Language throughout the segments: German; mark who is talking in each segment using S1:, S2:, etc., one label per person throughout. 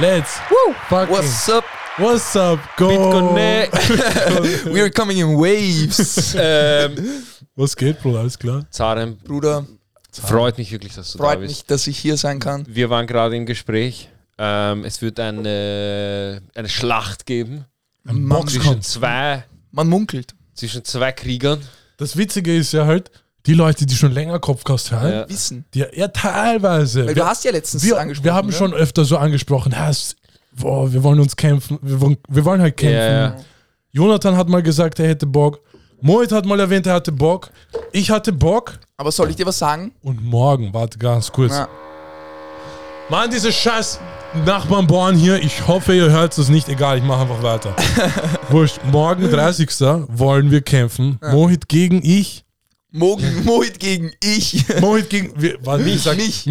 S1: Let's
S2: Woo!
S1: fucking.
S2: What's up?
S1: What's up, go?
S2: BitConnect.
S3: Oh.
S2: We're coming in waves. ähm,
S1: Was geht, Bro? Alles klar?
S3: Zarem,
S2: Bruder,
S3: freut mich wirklich, dass du
S2: freut
S3: da bist.
S2: mich, dass ich hier sein kann.
S3: Wir waren gerade im Gespräch. Ähm, es wird eine, eine Schlacht geben
S1: Ein
S2: Mann,
S3: zwischen
S1: Boxkampf.
S3: zwei,
S2: Man munkelt.
S3: zwischen zwei Kriegern.
S1: Das Witzige ist ja halt, die Leute, die schon länger Kopfkast hören,
S3: Ja.
S2: Wissen.
S1: ja. die ja teilweise.
S2: Weil du hast ja letztens
S1: wir,
S2: angesprochen.
S1: wir haben
S2: ne?
S1: schon öfter so angesprochen, hast, boah, wir wollen uns kämpfen, wir wollen, wir wollen halt kämpfen.
S3: Ja, ja.
S1: Jonathan hat mal gesagt, er hätte Bock. Moit hat mal erwähnt, er hatte Bock. Ich hatte Bock.
S2: Aber soll ich dir was sagen?
S1: Und morgen, warte ganz kurz.
S2: Na,
S1: Mann, diese scheiß Nachbarn Born hier, ich hoffe, ihr hört es nicht. Egal, ich mache einfach weiter. Wurscht, morgen, 30. wollen wir kämpfen. Mohit gegen ich.
S2: Mogen, Mohit gegen ich.
S1: Mohit gegen. Wir, warte,
S3: Also
S1: ich sag,
S2: Mich.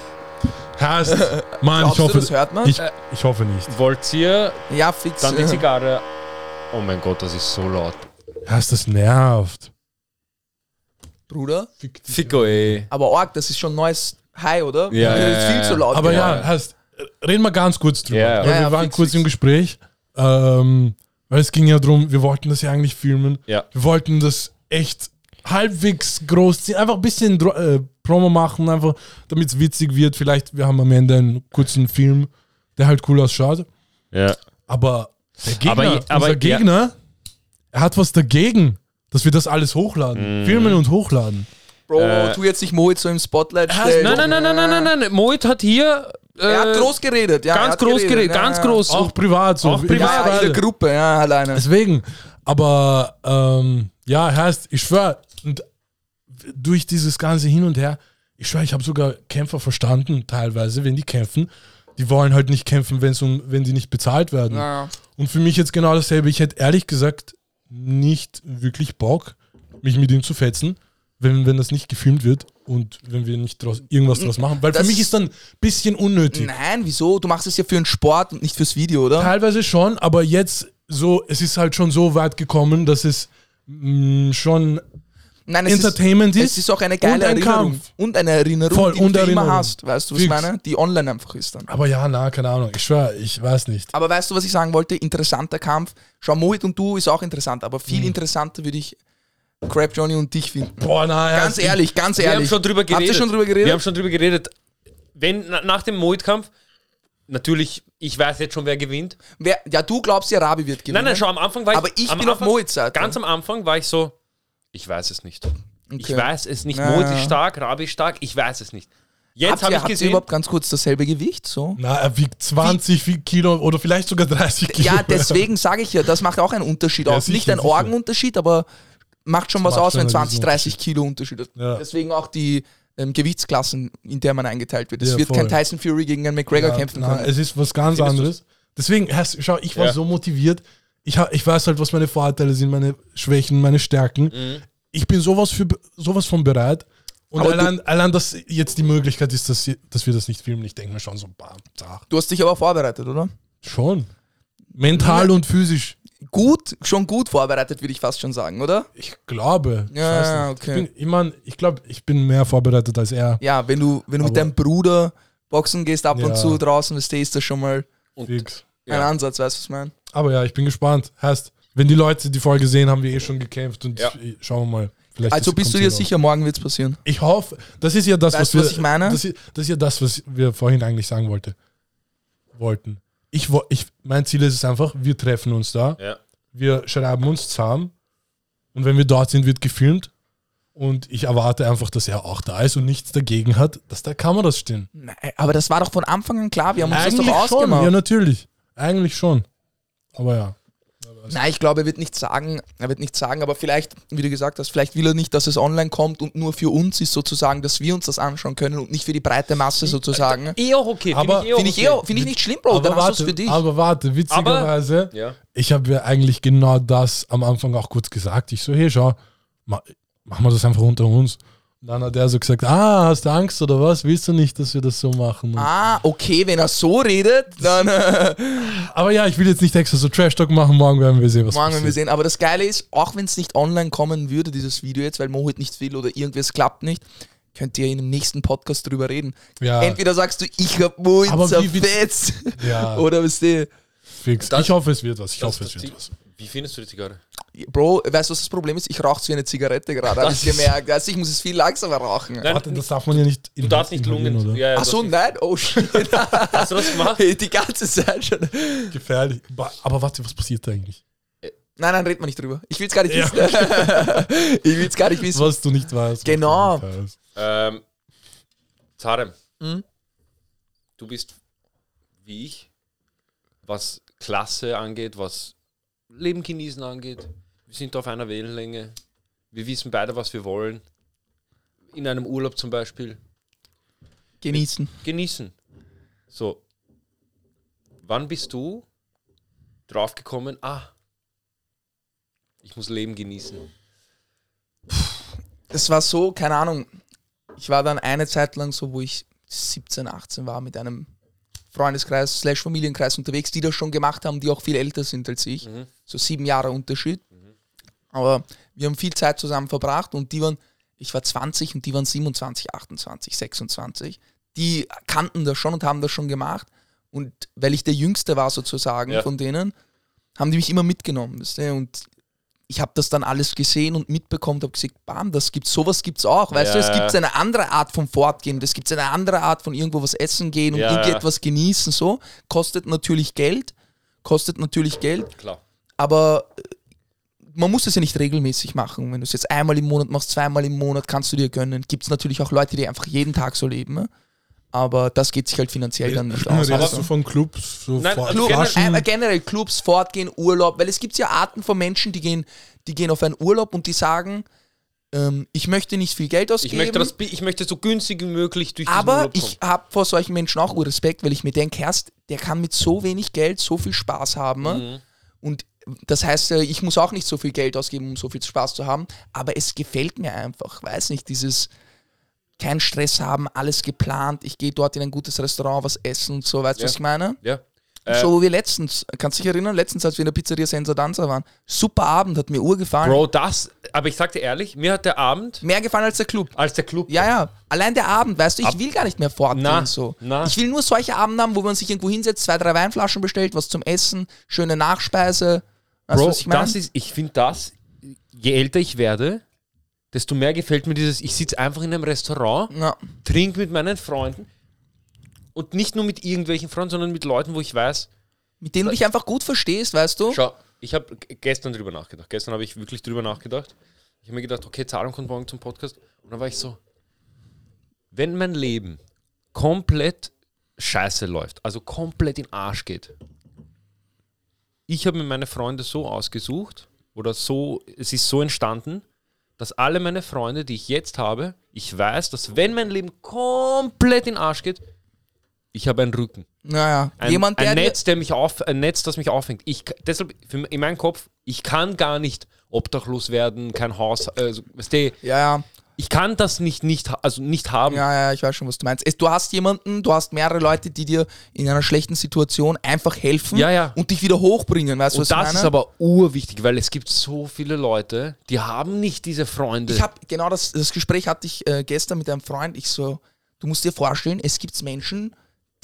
S1: Hast. Mann,
S2: Glaubst
S1: ich hoffe.
S2: du, das hört man?
S1: Ich, ich hoffe nicht.
S3: Wollt ihr
S2: ja, fix.
S3: dann die
S2: äh,
S3: Zigarre? Oh mein Gott, das ist so laut.
S1: Hast das nervt.
S2: Bruder.
S3: Fico, ey.
S2: Aber Org, das ist schon neues High, oder?
S3: Ja,
S2: Das ist
S3: ja,
S2: viel
S3: ja.
S2: zu laut.
S1: Aber
S2: geworden.
S1: ja, hast, reden wir ganz kurz drüber.
S3: Ja, ja.
S1: Weil
S2: Ja,
S1: wir
S2: ja,
S1: waren
S2: fix,
S1: kurz
S2: fix.
S1: im Gespräch, ähm, weil es ging ja darum, wir wollten das ja eigentlich filmen.
S3: Ja.
S1: Wir wollten das echt halbwegs groß ziehen, einfach ein bisschen Dro- äh, Promo machen, einfach damit es witzig wird. Vielleicht wir haben am Ende einen kurzen Film, der halt cool ausschaut.
S3: Ja.
S1: Aber der Gegner,
S3: Aber je- aber
S1: unser
S3: je-
S1: Gegner, er hat was dagegen, dass wir das alles
S3: Mm.
S1: hochladen, filmen und hochladen.
S2: Bro,
S3: Äh,
S2: tu jetzt nicht Mohit so im Spotlight
S1: Hast-
S2: stellen.
S3: Nein, nein, nein, nein, nein, nein, nein, nein. Moit hat hier äh,
S2: Er hat groß geredet. Ja, er
S3: ganz
S2: hat
S3: groß geredet,
S2: ja,
S3: ganz
S2: ja.
S3: groß. Also-
S1: Auch privat, so
S3: Auch
S1: wie-
S3: privat.
S2: Ja, in der Gruppe, ja, alleine.
S1: Deswegen, aber ähm, ja, heißt, ich schwör, und durch dieses ganze Hin und Her, ich schwör, ich habe sogar Kämpfer verstanden, teilweise, wenn die kämpfen. Die wollen halt nicht kämpfen, wenn's um, wenn die nicht bezahlt werden.
S2: Ja.
S1: Und für mich jetzt genau dasselbe. Ich hätte ehrlich gesagt nicht wirklich Bock, mich mit ihm zu fetzen, wenn, wenn das nicht gefilmt wird und wenn wir nicht draus, irgendwas draus machen. Weil für
S2: Das-
S1: mich ist dann ein bisschen unnötig.
S2: Nein, wieso? Du machst es ja für den Sport und nicht fürs Video, oder?
S1: Teilweise schon, aber jetzt so, es ist halt schon so weit gekommen, dass es mh, schon
S2: Nein,
S1: Entertainment
S2: ist,
S1: ist
S2: es ist auch eine geile
S1: und ein
S2: Erinnerung.
S1: Kampf.
S2: Und eine Erinnerung,
S1: Voll,
S2: die du
S1: und
S2: für
S1: Erinnerung.
S2: immer hast. Weißt du, was ich
S1: Fix.
S2: meine? Die online einfach ist dann.
S1: Aber ja, na, keine Ahnung. Ich schwör, ich weiß nicht.
S2: Aber weißt du, was ich sagen wollte? Interessanter Kampf. Schau, Mohit und du ist auch interessant, aber
S3: Mhm.
S2: viel interessanter würde ich Crap Johnny und dich finden.
S1: Boah, na ja.
S2: Ganz ehrlich, ganz
S3: Wir
S2: ehrlich.
S3: haben schon drüber geredet.
S2: Habt ihr schon drüber
S3: Wir haben
S2: geredet?
S3: schon drüber geredet. Wenn na, nach dem Moid-Kampf, natürlich, ich weiß jetzt schon, wer gewinnt.
S2: Wer, ja, du glaubst, ja, Rabi wird gewinnen.
S3: Nein, nein, schau, am Anfang war ich.
S2: Mhm. Aber ich
S3: am
S2: bin auf
S3: Anfang-
S2: Mohits Seite.
S3: Ganz am Anfang war ich so, ich weiß es nicht. Ich
S2: Okay.
S3: weiß es nicht.
S2: Ja,
S3: Moit ist
S2: ja.
S3: stark, Rabi ist stark, ich weiß es nicht. Jetzt
S2: Habt
S3: habe
S2: ihr,
S3: ich
S2: habt ihr
S3: gesehen,
S2: überhaupt ganz kurz dasselbe Gewicht? So?
S1: Na, er wiegt 20 wie? Kilo oder vielleicht sogar 30 Kilo.
S2: Ja, deswegen sage ich ja, das macht auch einen Unterschied
S1: Ja,
S2: aus. Nicht
S1: sicher,
S2: ein
S1: sicher.
S2: Orgenunterschied, aber macht schon was
S1: macht
S2: aus,
S1: schon
S2: wenn
S1: einen
S2: 20, 30 Kilo Unterschied ist.
S1: Ja.
S2: Deswegen auch die ähm, Gewichtsklassen, in der man eingeteilt wird. Es
S1: Ja,
S2: wird
S1: voll.
S2: kein Tyson Fury gegen einen McGregor
S1: Ja,
S2: kämpfen
S1: na,
S2: können.
S1: Es ist was ganz
S3: Findest
S1: anderes. Deswegen, hast- schau, ich war
S3: Ja.
S1: so motiviert. Ich, ha- ich weiß halt, was meine Vorteile sind, meine Schwächen, meine Stärken. Ich bin sowas, für, sowas von bereit. Und
S2: Mhm. Aber du-
S1: allein, allein, dass jetzt die Möglichkeit ist, dass, sie- dass wir das nicht filmen, ich denke mir schon so, bam, zach.
S2: Du hast dich aber vorbereitet, oder?
S1: Schon. Mental und physisch.
S2: Gut, schon gut vorbereitet, würde ich fast schon sagen, oder?
S1: Ich glaube. ich
S2: Ja,
S1: weiß nicht.
S2: okay.
S1: Ich, bin, ich, mein, ich glaube, ich bin mehr vorbereitet als er.
S2: Ja, wenn du, wenn du mit
S1: Aber-
S2: deinem Bruder boxen gehst ab
S1: Ja.
S2: und zu draußen, das ist das schon mal
S1: Fix.
S2: ein
S3: Ja.
S2: Ansatz, weißt du, was ich meine?
S1: Aber ja, ich bin gespannt. Heißt, wenn die Leute die Folge sehen, haben wir eh schon gekämpft und
S3: Ja.
S1: ich- schauen wir mal. Vielleicht
S2: Also
S1: ist-
S2: bist du
S1: kommt's
S2: dir
S1: ja
S2: sicher, morgen wird es passieren.
S1: noch. Ich hoffe, das ist ja das,
S2: Weißt
S1: was
S2: du,
S1: wir.
S2: was ich meine?
S1: Das ist, das ist ja das, was wir vorhin eigentlich sagen wollte, wollten. Ich, wo- ich, mein Ziel ist es einfach, wir treffen uns da,
S3: Ja.
S1: wir schreiben uns zusammen und wenn wir dort sind, wird gefilmt. Und ich erwarte einfach, dass er auch da ist und nichts dagegen hat, dass da Kameras stehen.
S2: Nein, aber das war doch von Anfang an klar, wir haben uns das doch
S1: schon,
S2: ausgemacht.
S1: ja natürlich. Eigentlich schon. Aber ja.
S2: Nein, ich glaube, er wird nichts sagen. Er wird nichts sagen, aber vielleicht, wie du gesagt hast, vielleicht will er nicht, dass es online kommt und nur für uns ist sozusagen, dass wir uns das anschauen können und nicht für die breite
S1: Hm.
S2: Masse sozusagen.
S3: eh auch okay.
S1: Aber
S3: auch
S2: Finde ich, eh,
S3: okay.
S2: finde ich nicht schlimm, Bro. Dann hast du
S1: warte,
S2: es für dich.
S1: Äh, aber warte, witzigerweise,
S3: Ja.
S1: ich habe ja eigentlich genau das am Anfang auch kurz gesagt. Ich so, hey, schau, ma, machen wir das einfach unter uns. Und dann hat er so gesagt, ah, hast du Angst oder was? Willst du nicht, dass wir das so machen? Und,
S2: Ah, okay, wenn er so redet, dann äh,
S1: aber ja, ich will jetzt nicht extra so Trash-Talk machen. Morgen werden wir sehen, was
S2: morgen werden wir
S1: passiert.
S2: sehen. Aber das Geile ist, auch wenn es nicht online kommen würde, dieses Video jetzt, weil Mohit nicht will oder irgendwas klappt nicht, Könnt ihr in dem nächsten Podcast drüber reden.
S1: Ja.
S2: Entweder Oh, sagst du, ich hab Moin
S1: Aber wie- wie-
S2: zerfetzt.
S1: Ja.
S2: Oder was die.
S1: Fix.
S3: Das-
S1: ich hoffe, es wird was. Ich
S3: Das-
S1: hoffe, es
S3: das-
S1: wird was.
S3: Wie findest du die Zigarre?
S2: Bro, weißt du, was das Problem ist? Ich rauche so eine Zigarette gerade, habe ich gemerkt. Also ich muss es viel langsamer rauchen.
S3: Nein,
S1: Warte, das darf man ja nicht.
S3: du darfst nicht lungen.
S1: oder?
S3: Ja, ja,
S2: Ach so,
S3: du
S2: nein, oh shit.
S3: hast, hast du das gemacht?
S2: Die ganze Zeit schon.
S1: Gefährlich. Ba- Aber warte, was passiert da eigentlich?
S2: Nein, nein, red mal nicht drüber. Ich will's gar nicht
S1: Ja.
S2: wissen. ich will's gar nicht wissen.
S1: Was du nicht weißt. was du
S2: Genau.
S1: nicht weißt.
S3: Ähm, Zarem,
S2: Mhm.
S3: du bist wie ich, was Klasse angeht, was Leben genießen angeht. Wir sind auf einer Wellenlänge. Wir wissen beide, was wir wollen. In einem Urlaub zum Beispiel.
S2: Genießen.
S3: Genießen. So. Wann bist du draufgekommen? Ah, ich muss Leben genießen.
S2: Es war so, keine Ahnung. Ich war dann eine Zeit lang so, wo ich 17, 18 war, mit einem Freundeskreis, slash Familienkreis unterwegs, die das schon gemacht haben, die auch viel älter sind als ich.
S3: Mhm,
S2: So sieben Jahre Unterschied. Aber wir haben viel Zeit zusammen verbracht und die waren, ich war 20 und die waren 27, 28, 26. Die kannten das schon und haben das schon gemacht. Und weil ich der Jüngste war sozusagen
S3: Ja.
S2: von denen, haben die mich immer mitgenommen. Weißt du? Und ich habe das dann alles gesehen und mitbekommen und habe gesagt, bam, das gibt's, sowas gibt's auch. Weißt
S3: Ja,
S2: du, es
S3: ja.
S2: gibt eine andere Art vom Fortgehen, es gibt eine andere Art von irgendwo was essen gehen und
S3: Ja, ja.
S2: irgendetwas genießen. So kostet natürlich Geld, kostet natürlich Geld,
S3: Klar.
S2: aber äh, man muss es ja nicht regelmäßig machen. Wenn du es jetzt einmal im Monat machst, zweimal im Monat, kannst du dir gönnen. Gibt es natürlich auch Leute, die einfach jeden Tag so leben, ne? aber das geht sich halt finanziell dann nicht aus.
S1: Redest
S2: Also.
S1: du von Clubs? So
S3: Nein,
S1: Fa-
S3: also
S2: Club,
S1: Faschen?
S2: äh, generell Clubs, Fortgehen, Urlaub, weil es gibt ja Arten von Menschen, die gehen, die gehen auf einen Urlaub und die sagen, ähm, ich möchte nicht viel Geld
S3: Ich
S2: ausgeben.
S3: möchte, das, bi- ich möchte so günstig wie möglich durch diesen
S2: Aber
S3: Urlaub kommen.
S2: ich habe vor solchen Menschen auch Respekt, weil ich mir denke, Herst, der kann mit so wenig Geld so viel Spaß haben. ne?
S3: Mhm.
S2: Und das heißt, äh, ich muss auch nicht so viel Geld ausgeben, um so viel Spaß zu haben. Aber es gefällt mir einfach, weiß nicht, dieses kein Stress haben, alles geplant, ich gehe dort in ein gutes Restaurant, was essen und so, weißt du,
S3: Ja. Äh.
S2: was ich meine?
S3: Ja.
S2: so wie wir letztens, kannst du dich erinnern, letztens, als wir in der Pizzeria Sensor Danza waren. Super Abend, hat mir urgefallen.
S3: Bro, das, aber ich sag dir ehrlich, mir hat der Abend
S2: Mehr gefallen als der Club.
S3: als der Club.
S2: Ja, ja. Allein der Abend, weißt du, ich
S3: Ab-
S2: will gar nicht mehr fortgehen
S3: Na,
S2: so.
S3: na.
S2: Ich will nur solche Abende haben, wo man sich irgendwo hinsetzt, zwei, drei Weinflaschen bestellt, was zum Essen, schöne Nachspeise. Weißt du,
S3: Bro,
S2: was ich meine?
S3: das ist, ich finde das, je älter ich werde, desto mehr gefällt mir dieses, ich sitze einfach in einem Restaurant,
S2: Ja.
S3: trinke mit meinen Freunden und nicht nur mit irgendwelchen Freunden, sondern mit Leuten, wo ich weiß,
S2: Mit denen du dich einfach gut verstehst, weißt du?
S3: schau, ich habe gestern drüber nachgedacht. Gestern habe ich wirklich drüber nachgedacht. Ich habe mir gedacht, okay, Zahlung kommt morgen zum Podcast. Und dann war ich so, wenn mein Leben komplett scheiße läuft, also komplett in den Arsch geht, ich habe mir meine Freunde so ausgesucht oder so, es ist so entstanden, dass alle meine Freunde, die ich jetzt habe, ich weiß, dass wenn mein Leben komplett in den Arsch geht, ich habe einen Rücken.
S2: Naja.
S3: Ein,
S2: Jemand, der
S3: ein
S2: dir-
S3: Netz, der mich auf, ein Netz, das mich auffängt. Ich, k- deshalb, für, m- in meinem Kopf, ich kann gar nicht obdachlos werden, kein Haus, äh, so, weißt du,
S2: ja, ja.
S3: ich kann das nicht, nicht, ha- also nicht haben.
S2: Ja, ja, ich weiß schon, was du meinst. Es- Du hast jemanden, du hast mehrere Leute, die dir in einer schlechten Situation einfach helfen
S3: Ja, ja.
S2: und dich wieder hochbringen, weißt du, was
S3: Und das
S2: ich meine?
S3: ist aber urwichtig, weil es gibt so viele Leute, die haben nicht diese Freunde.
S2: Ich habe genau das, das Gespräch hatte ich äh, gestern mit einem Freund. Ich so, du musst dir vorstellen, es gibt Menschen,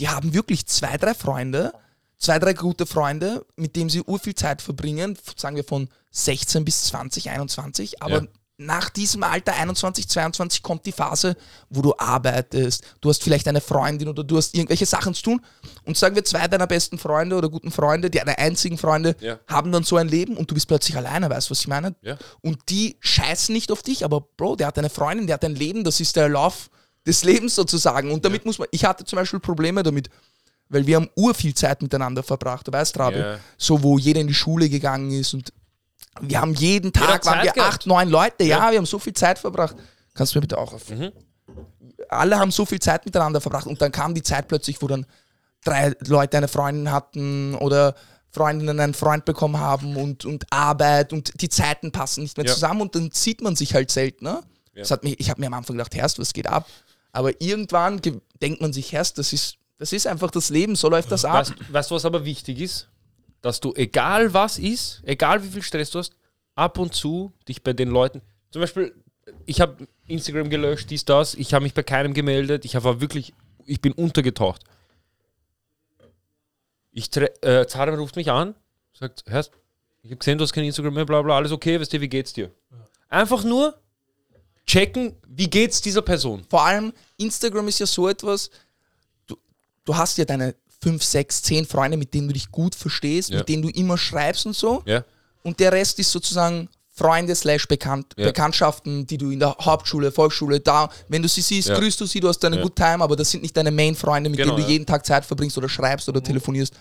S2: die haben wirklich zwei, drei Freunde, zwei, drei gute Freunde, mit denen sie urviel Zeit verbringen, f- sagen wir von 16 bis 20, 21, aber
S3: Ja.
S2: nach diesem Alter 21, 22 kommt die Phase, wo du arbeitest, du hast vielleicht eine Freundin oder du hast irgendwelche Sachen zu tun und sagen wir zwei deiner besten Freunde oder guten Freunde, deine einzigen Freunde,
S3: Ja.
S2: haben dann so ein Leben und du bist plötzlich alleine, weißt du, was ich meine?
S3: Ja.
S2: Und die scheißen nicht auf dich, aber Bro, der hat eine Freundin, der hat ein Leben, das ist der Lauf des Lebens sozusagen. Und damit muss man, ich hatte zum Beispiel Probleme damit, weil wir haben ur viel Zeit miteinander verbracht, du weißt, Rabi,
S3: Ja.
S2: so wo jeder in die Schule gegangen ist und wir haben jeden Tag,
S3: hat
S2: waren
S3: Zeit
S2: wir
S3: gehabt.
S2: acht, neun Leute, ja. wir haben so viel Zeit verbracht. Kannst du mir bitte auch auf.
S3: Mhm.
S2: Alle haben so viel Zeit miteinander verbracht und dann kam die Zeit plötzlich, wo dann drei Leute eine Freundin hatten oder Freundinnen einen Freund bekommen haben und, und Arbeit und die Zeiten passen nicht mehr
S3: Ja.
S2: zusammen und dann sieht man sich halt seltener. Das hat mich, ich habe mir am Anfang gedacht, Herst, was geht ab? Aber irgendwann ge- denkt man sich, Herst, das ist, das ist einfach das Leben, so läuft das ab.
S3: Weißt, weißt du, was aber wichtig ist? Dass du, egal was ist, egal wie viel Stress du hast, ab und zu dich bei den Leuten, zum Beispiel ich habe Instagram gelöscht, dies, das. Ich habe mich bei keinem gemeldet. Ich war wirklich, ich bin untergetaucht. Ich tre- äh, Zara ruft mich an, sagt, hörst, ich habe gesehen, du hast kein Instagram mehr, bla bla, alles okay, weißt du, wie geht's dir? Einfach nur checken, wie geht's dieser Person.
S2: Vor allem, Instagram ist ja so etwas, du, du hast ja deine 5, 6, 10 Freunde, mit denen du dich gut verstehst,
S3: Ja.
S2: mit denen du immer schreibst und so.
S3: Ja.
S2: Und der Rest ist sozusagen Freunde slash Bekannt
S3: Ja.
S2: Bekanntschaften, die du in der Hauptschule, Volksschule, da, wenn du sie siehst,
S3: Ja.
S2: grüßt du sie, du hast deine
S3: Ja.
S2: Good Time, aber das sind nicht deine Main-Freunde, mit
S3: Genau,
S2: denen du
S3: ja. Mhm.
S2: jeden Tag Zeit verbringst oder schreibst oder telefonierst.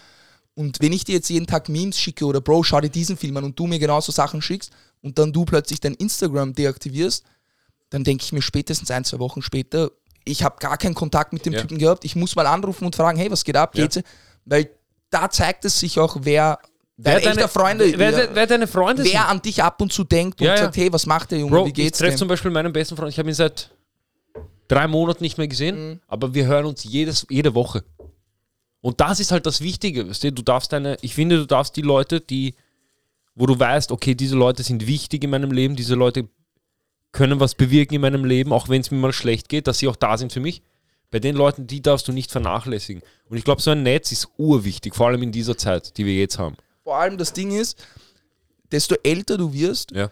S2: Und wenn ich dir jetzt jeden Tag Memes schicke oder Bro, schau dir diesen Film an und du mir genauso Sachen schickst und dann du plötzlich dein Instagram deaktivierst, dann denke ich mir spätestens ein, zwei Wochen später, ich habe gar keinen Kontakt mit dem
S3: Ja.
S2: Typen gehabt, ich muss mal anrufen und fragen, hey, was geht ab,
S3: Ja.
S2: geht's? Weil da zeigt es sich auch, wer, deine echter Freunde
S3: wer, wer, wer deine Freunde sind.
S2: wer an dich ab und zu denkt und
S3: Ja, ja.
S2: sagt, hey, was macht der Junge,
S3: Bro,
S2: wie geht's
S3: ich treffe
S2: dem?
S3: zum Beispiel meinen besten Freund. Ich habe ihn seit drei Monaten nicht mehr gesehen, aber wir hören uns jedes, jede Woche. Und das ist halt das Wichtige. Weißt du? du darfst deine, ich finde, du darfst die Leute, die, wo du weißt, okay, diese Leute sind wichtig in meinem Leben, diese Leute können was bewirken in meinem Leben, auch wenn es mir mal schlecht geht, dass sie auch da sind für mich. Bei den Leuten, die darfst du nicht vernachlässigen. Und ich glaube, so ein Netz ist urwichtig, vor allem in dieser Zeit, die wir jetzt haben.
S2: Vor allem das Ding ist, desto älter du wirst,
S3: Ja.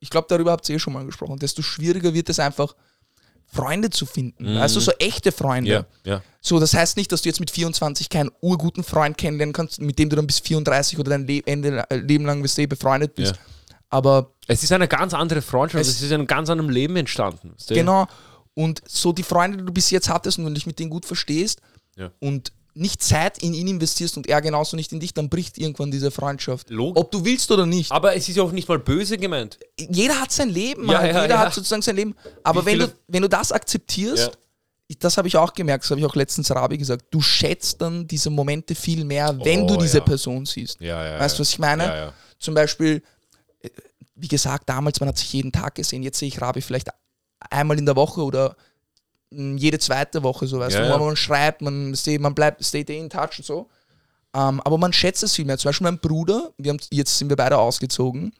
S2: ich glaube, darüber habt ihr eh schon mal gesprochen, desto schwieriger wird es einfach, Freunde zu finden. Also so echte Freunde.
S3: Mhm. Ja, ja.
S2: So, das heißt nicht, dass du jetzt mit 24 keinen urguten Freund kennenlernen kannst, mit dem du dann bis 34 oder dein Le Ende, äh, Leben lang bis eh befreundet bist.
S3: Ja.
S2: Aber
S3: Es ist eine ganz andere Freundschaft,
S2: Es-
S3: es, ist in einem ganz anderen Leben entstanden. weißt du?
S2: Genau. Und so die Freunde, die du bis jetzt hattest und wenn du dich mit denen gut verstehst
S3: Ja.
S2: und nicht Zeit in ihn investierst und er genauso nicht in dich, dann bricht irgendwann diese Freundschaft.
S3: Log-
S2: Ob du willst oder nicht.
S3: Aber es ist ja auch nicht mal böse gemeint.
S2: Jeder hat sein Leben,
S3: Ja,
S2: halt.
S3: ja,
S2: jeder
S3: ja.
S2: hat sozusagen sein Leben. Aber
S3: Wie
S2: wenn du,
S3: viele-
S2: wenn du das akzeptierst,
S3: Ja.
S2: ich- das habe ich auch gemerkt, das habe ich auch letztens Rabi gesagt, du schätzt dann diese Momente viel mehr, wenn
S3: Oh,
S2: du diese
S3: ja.
S2: Person siehst.
S3: Ja, ja.
S2: Weißt du, was ich meine?
S3: Ja, ja.
S2: Zum Beispiel, äh, wie gesagt, damals, man hat sich jeden Tag gesehen. Jetzt sehe ich Rabi vielleicht einmal in der Woche oder mh, jede zweite Woche, so weißt
S3: Ja,
S2: du, wo
S3: ja.
S2: man schreibt, man, stay- man bleibt, stay in touch und so. Ähm, aber man schätzt es viel mehr. Zum Beispiel mein Bruder, wir haben, jetzt sind wir beide ausgezogen.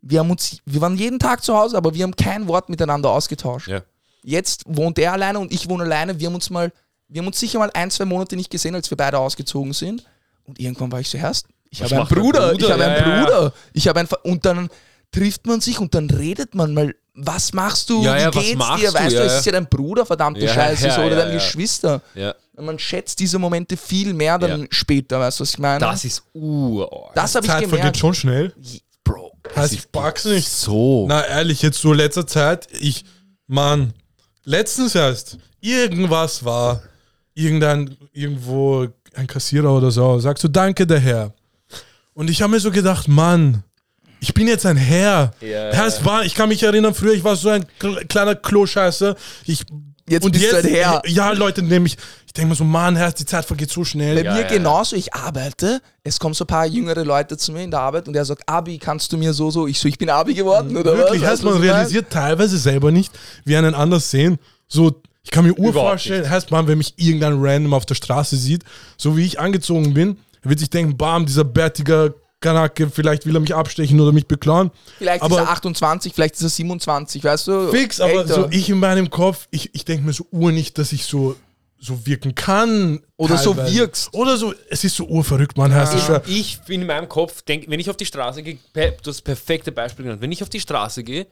S2: Wir, haben uns, wir waren jeden Tag zu Hause, aber wir haben kein Wort miteinander ausgetauscht.
S3: Ja.
S2: Jetzt wohnt er alleine und ich wohne alleine. Wir haben uns mal, wir haben uns sicher mal ein, zwei Monate nicht gesehen, als wir beide ausgezogen sind. Und irgendwann war ich so, Herst, ich
S3: Was
S2: habe einen
S3: macht mein
S2: Bruder, ich
S3: Bruder?
S2: habe
S3: Ja,
S2: einen
S3: ja, ja.
S2: Bruder, ich habe einen. Ver und dann trifft man sich und dann redet man mal, was machst du,
S3: Ja, ja,
S2: wie
S3: was
S2: geht's
S3: machst
S2: dir,
S3: du?
S2: weißt
S3: Ja,
S2: du, es
S3: ja.
S2: ist ja dein Bruder, verdammte
S3: Ja,
S2: Scheiße,
S3: ja,
S2: so, oder
S3: ja,
S2: deine
S3: ja.
S2: Geschwister.
S3: ja.
S2: Und man schätzt diese Momente viel mehr dann
S3: Ja.
S2: später, weißt du, was ich meine?
S3: Das ist ur.
S2: das habe ich
S1: Zeit vergeht
S2: gemerkt.
S1: schon schnell.
S2: Bro,
S1: Heißt, ich pack's nicht.
S3: so.
S1: Na ehrlich, jetzt so letzter Zeit, ich, Mann, letztens erst, irgendwas war, irgendein, irgendwo ein Kassierer oder so, sagst du, danke der Herr. Und ich habe mir so gedacht, Mann, ich bin jetzt ein Herr.
S3: Ja.
S1: Herr, es war, ich kann mich erinnern, früher, ich war so ein kle- kleiner Kloscheiße. Ich,
S2: Jetzt bist du ein Herr.
S1: Ja, Leute, nämlich, ich denke mir so, Mann, Herr, die Zeit vergeht so schnell.
S2: Bei
S3: ja,
S2: mir
S3: ja.
S2: genauso, ich arbeite, es kommen so ein paar jüngere Leute zu mir in der Arbeit und der sagt, Abi, kannst du mir so, so, ich so, ich bin Abi geworden, oder
S1: Wirklich,
S2: was? Also,
S1: heißt,
S2: Weißt du, was
S1: man
S2: ich mein?
S1: realisiert teilweise selber nicht, wie einen anders sehen. So, ich kann mir ur
S3: Überhaupt
S1: vorstellen, heißt man, wenn mich irgendein Random auf der Straße sieht, so wie ich angezogen bin, er wird sich denken, bam, dieser bärtige Kanake, vielleicht will er mich abstechen oder mich beklauen.
S2: Vielleicht
S1: aber
S2: ist er 28, vielleicht ist er 27, weißt du?
S1: fix, aber
S2: älter.
S1: so ich in meinem Kopf, ich, ich denke mir so ur nicht, dass ich so, so wirken kann.
S2: Oder so wirkst.
S1: Oder so, es ist so urverrückt, man heißt es schwer.
S3: Ich bin in meinem Kopf, denk, wenn ich auf die Straße gehe, Pe- du hast das perfekte Beispiel genannt, wenn ich auf die Straße gehe,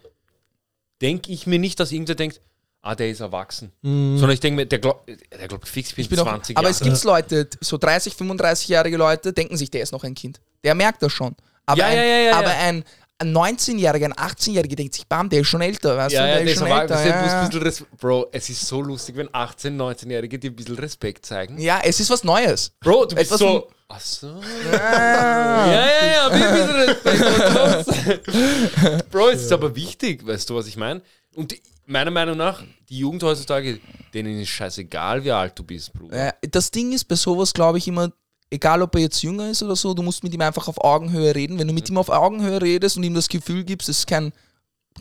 S3: denke ich mir nicht, dass irgendwer denkt, ah, der ist erwachsen. Sondern ich denke mir, der glaubt, der glaubt fix, Mhm. ich bin,
S2: Ich bin auch,
S3: 20
S2: aber
S3: Jahre
S2: es gibt Leute, so 30, 35-jährige Leute, denken sich, der ist noch ein Kind. Der merkt das schon. Aber
S3: Ja,
S2: ein,
S3: ja, ja, ja,
S2: aber
S3: ja.
S2: ein ein 19-Jähriger, ein 18-Jähriger denkt sich, bam, der ist schon älter, weißt
S3: Ja,
S2: du?
S3: ja, der ist
S2: schon
S3: erwachsen.
S2: älter.
S3: Deshalb muss
S2: Ja,
S3: ein
S2: ja.
S3: bisschen Res- Bro, es ist so lustig, wenn 18-, 19-Jährige dir ein bisschen Respekt zeigen.
S2: ja, es ist was Neues.
S3: Bro, du bist
S2: Etwas
S3: so. Ach so. Ja, ja, ja, ein bisschen Respekt. was los? Bro, es ist aber wichtig, weißt du, was ich meine? Und die- meiner Meinung nach, die Jugend heutzutage, denen ist scheißegal, wie alt du bist, Bruder.
S2: Ja, Äh, das Ding ist bei sowas, glaube ich, immer, egal ob er jetzt jünger ist oder so, du musst mit ihm einfach auf Augenhöhe reden. Wenn du mit ihm auf Augenhöhe redest und ihm das Gefühl gibst, es ist kein,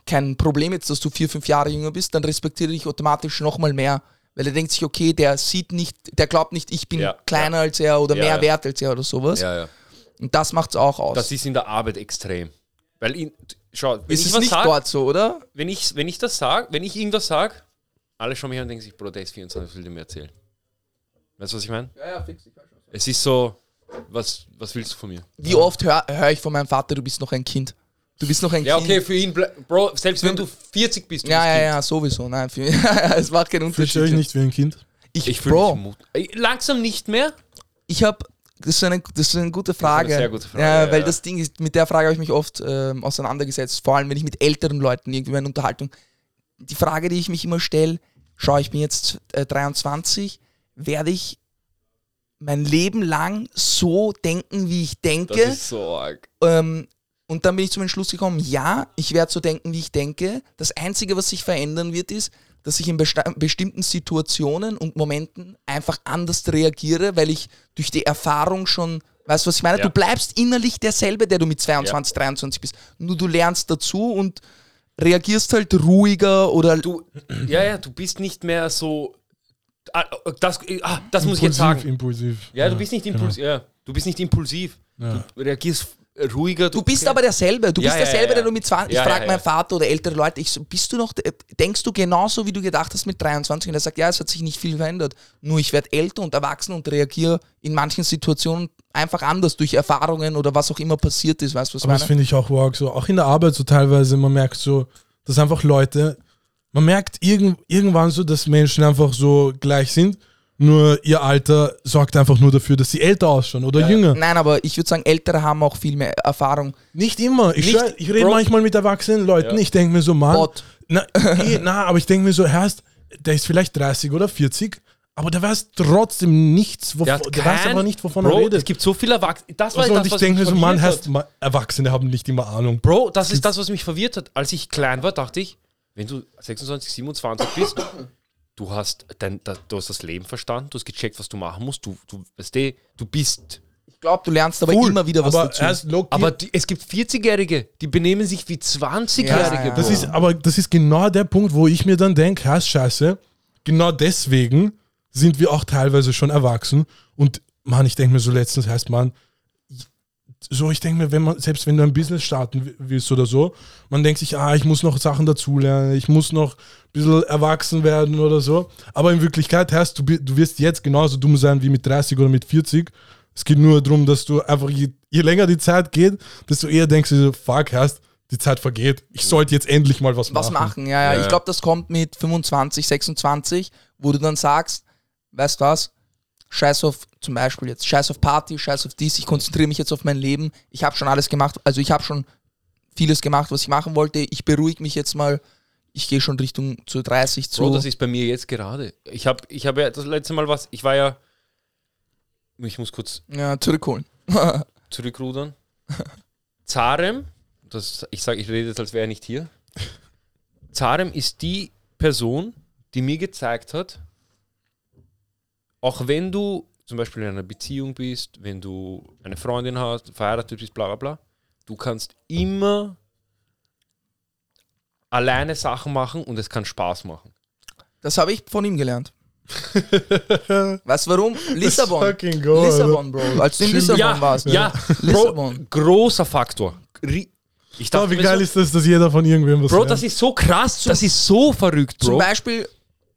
S2: kein Problem jetzt, dass du vier, fünf Jahre jünger bist, dann respektiert er dich automatisch nochmal mehr. Weil er denkt sich, okay, der sieht nicht, der glaubt nicht, ich bin
S3: Ja,
S2: kleiner als er oder
S3: Ja,
S2: mehr
S3: ja.
S2: wert als er oder sowas.
S3: Ja, ja.
S2: Und das macht's auch aus.
S3: Das ist in der Arbeit extrem. Weil in, schau, wenn
S2: Ist
S3: ich
S2: es
S3: was
S2: nicht
S3: sage,
S2: dort so, oder?
S3: wenn ich, wenn ich das sage, wenn ich irgendwas sage, alle schauen mich an und denken sich, Bro, der ist 24, was will der mir erzählen? Weißt du, was ich meine?
S2: Ja, ja, fix.
S3: Es ist so, was, was willst du von mir?
S2: Wie oft höre hör ich von meinem Vater, du bist noch ein Kind. Du bist noch ein
S3: Ja,
S2: Kind.
S3: okay, für ihn, ble- Bro, selbst wenn
S2: Wenn
S3: du 40 bist, du
S2: Ja,
S3: bist
S2: ja,
S3: Kind.
S2: ja, sowieso. Nein, für, es macht keinen
S1: Fühlst du
S2: Unterschied.
S1: euch nicht wie ein Kind?
S2: Ich,
S3: Ich fühle mich
S2: Bro,
S3: mut. Ey, Langsam nicht mehr?
S2: ich habe das ist, eine, das ist eine gute
S3: eine
S2: Frage.
S3: sehr gute Frage,
S2: Ja,
S3: ja,
S2: weil
S3: ja.
S2: das Ding ist, mit der Frage habe ich mich oft ähm, auseinandergesetzt, vor allem wenn ich mit älteren Leuten irgendwie meine Unterhaltung. Die Frage, die ich mich immer stelle, schau, ich bin jetzt äh, 23, werde ich mein Leben lang so denken, wie ich
S3: Das
S2: denke?
S3: ist so arg.
S2: Ähm, und dann bin ich zum Entschluss gekommen, ja, ich werde so denken, wie ich denke. Das Einzige, was sich verändern wird, ist, dass ich in besta- bestimmten Situationen und Momenten einfach anders reagiere, weil ich durch die Erfahrung schon, weißt du, was ich meine?
S3: Ja.
S2: Du bleibst innerlich derselbe, der du mit 22, 23 bist. Nur du lernst dazu und reagierst halt ruhiger oder
S3: Du, ja, ja, du bist nicht mehr so. Ah, das, ah, das muss ich jetzt sagen.
S1: Impulsiv.
S3: Ja, du bist nicht impulsiv. Ja, du bist nicht impulsiv.
S1: Ja.
S3: Du reagierst ruhiger.
S2: Du bist aber derselbe. Du
S3: Ja,
S2: bist
S3: ja,
S2: derselbe,
S3: ja, ja.
S2: der du mit 20.
S3: Ja,
S2: ich
S3: ja,
S2: frage
S3: ja.
S2: meinen Vater oder ältere Leute, ich so, bist du noch, denkst du genauso, wie du gedacht hast mit 23? Und er sagt, ja, es hat sich nicht viel verändert. Nur ich werde älter und erwachsen und reagiere in manchen Situationen einfach anders durch Erfahrungen oder was auch immer passiert ist. Weißt du, was ich
S1: Aber das
S2: meine?
S1: finde ich auch wow, so auch in der Arbeit so teilweise, man merkt so, dass einfach Leute, man merkt irgend, irgendwann so, dass Menschen einfach so gleich sind, nur ihr Alter sorgt einfach nur dafür, dass sie älter ausschauen oder jünger.
S2: Nein, aber ich würde sagen, Ältere haben auch viel mehr Erfahrung.
S1: Nicht immer. Ich,
S3: Nicht-
S1: schwör, ich rede
S3: Bro.
S1: manchmal mit erwachsenen Leuten,
S3: Ja.
S1: ich denke mir so, Mann,
S2: Gott.
S1: na, eh, na, aber ich denke mir so, Herrst, der ist vielleicht 30 oder 40, aber der weiß trotzdem nichts, wovon,
S3: Der,
S1: der,
S3: hat
S1: weiß
S3: kein-
S1: aber nicht, wovon
S3: Bro,
S1: er redet.
S3: Es gibt so viele Erwachsene. Das war
S1: Also,
S3: das,
S1: und ich
S3: was
S1: denke mir
S3: mich
S1: so, Mann,
S3: verwirrt
S1: heißt, Ma- Erwachsene haben nicht immer Ahnung.
S3: Bro, das ist das, was mich verwirrt hat. Als ich klein war, dachte ich, wenn du 26, 27 bist, du hast, dein, da- du hast das Leben verstanden, du hast gecheckt, was du machen musst, du, du, weißt du, du bist.
S2: Ich glaube, du lernst aber
S1: Cool,
S2: immer wieder was
S1: aber
S2: dazu.
S1: erst low-key-
S3: Aber die, es gibt 40-Jährige, die benehmen sich wie 20-Jährige.
S2: Ja, ja.
S3: Bro.
S1: das ist, aber das ist genau der Punkt, wo ich mir dann denke, hast scheiße, genau deswegen sind wir auch teilweise schon erwachsen. Und Mann, ich denke mir so letztens, heißt man, so ich denke mir, wenn man, selbst wenn du ein Business starten wi- willst oder so, man denkt sich, ah, ich muss noch Sachen dazulernen, ich muss noch ein bisschen erwachsen werden oder so. Aber in Wirklichkeit heißt, du, bi- du wirst jetzt genauso dumm sein wie mit 30 oder mit 40. Es geht nur darum, dass du einfach, je, je länger die Zeit geht, desto eher denkst du, so, fuck, heißt, die Zeit vergeht. Ich sollte jetzt endlich mal was machen.
S2: was machen. Ja, ja.
S3: Ja, ja.
S2: Ich glaube, das kommt mit 25, 26, wo du dann sagst, weißt was, scheiß auf, zum Beispiel jetzt, scheiß auf Party, scheiß auf dies, ich konzentriere mich jetzt auf mein Leben, ich habe schon alles gemacht, also ich habe schon vieles gemacht, was ich machen wollte, ich beruhige mich jetzt mal, ich gehe schon Richtung zu 30 zu.
S3: Bro, das ist bei mir jetzt gerade. Ich habe ich hab ja das letzte Mal was, ich war ja, ich muss kurz
S2: ja, zurückholen.
S3: zurückrudern. Zarem, das, ich sage, ich rede jetzt, als wäre er nicht hier. Zarem ist die Person, die mir gezeigt hat, auch wenn du zum Beispiel in einer Beziehung bist, wenn du eine Freundin hast, verheiratet bist, bla bla bla, du kannst immer alleine Sachen machen und es kann Spaß machen.
S2: Das habe ich von ihm gelernt. weißt du warum? Lissabon.
S1: Fucking go, Alter.
S2: Lissabon, Bro. Als du in
S1: Stimmt.
S2: Lissabon
S3: ja,
S2: warst.
S3: ja, Bro,
S2: ne? Lissabon.
S3: großer Faktor. Ri- Ich
S1: Schau, wie
S3: mir
S1: geil
S3: so,
S1: ist das, dass jeder von irgendwem was
S3: Bro,
S1: lernt.
S3: das ist so krass, das ist so verrückt, Bro.
S2: Zum Beispiel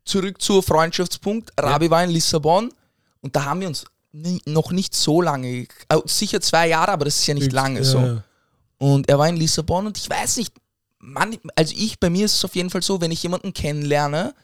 S2: zurück zu Freundschaftspunkt. Rabi war in Lissabon und da haben wir uns ni- noch nicht so lange, gek- äh, sicher zwei Jahre, aber das ist ja nicht lange
S1: Ja,
S2: so.
S1: ja.
S2: Und er war in Lissabon und ich weiß nicht, man, also ich, bei mir ist es auf jeden Fall so, wenn ich jemanden kennenlerne,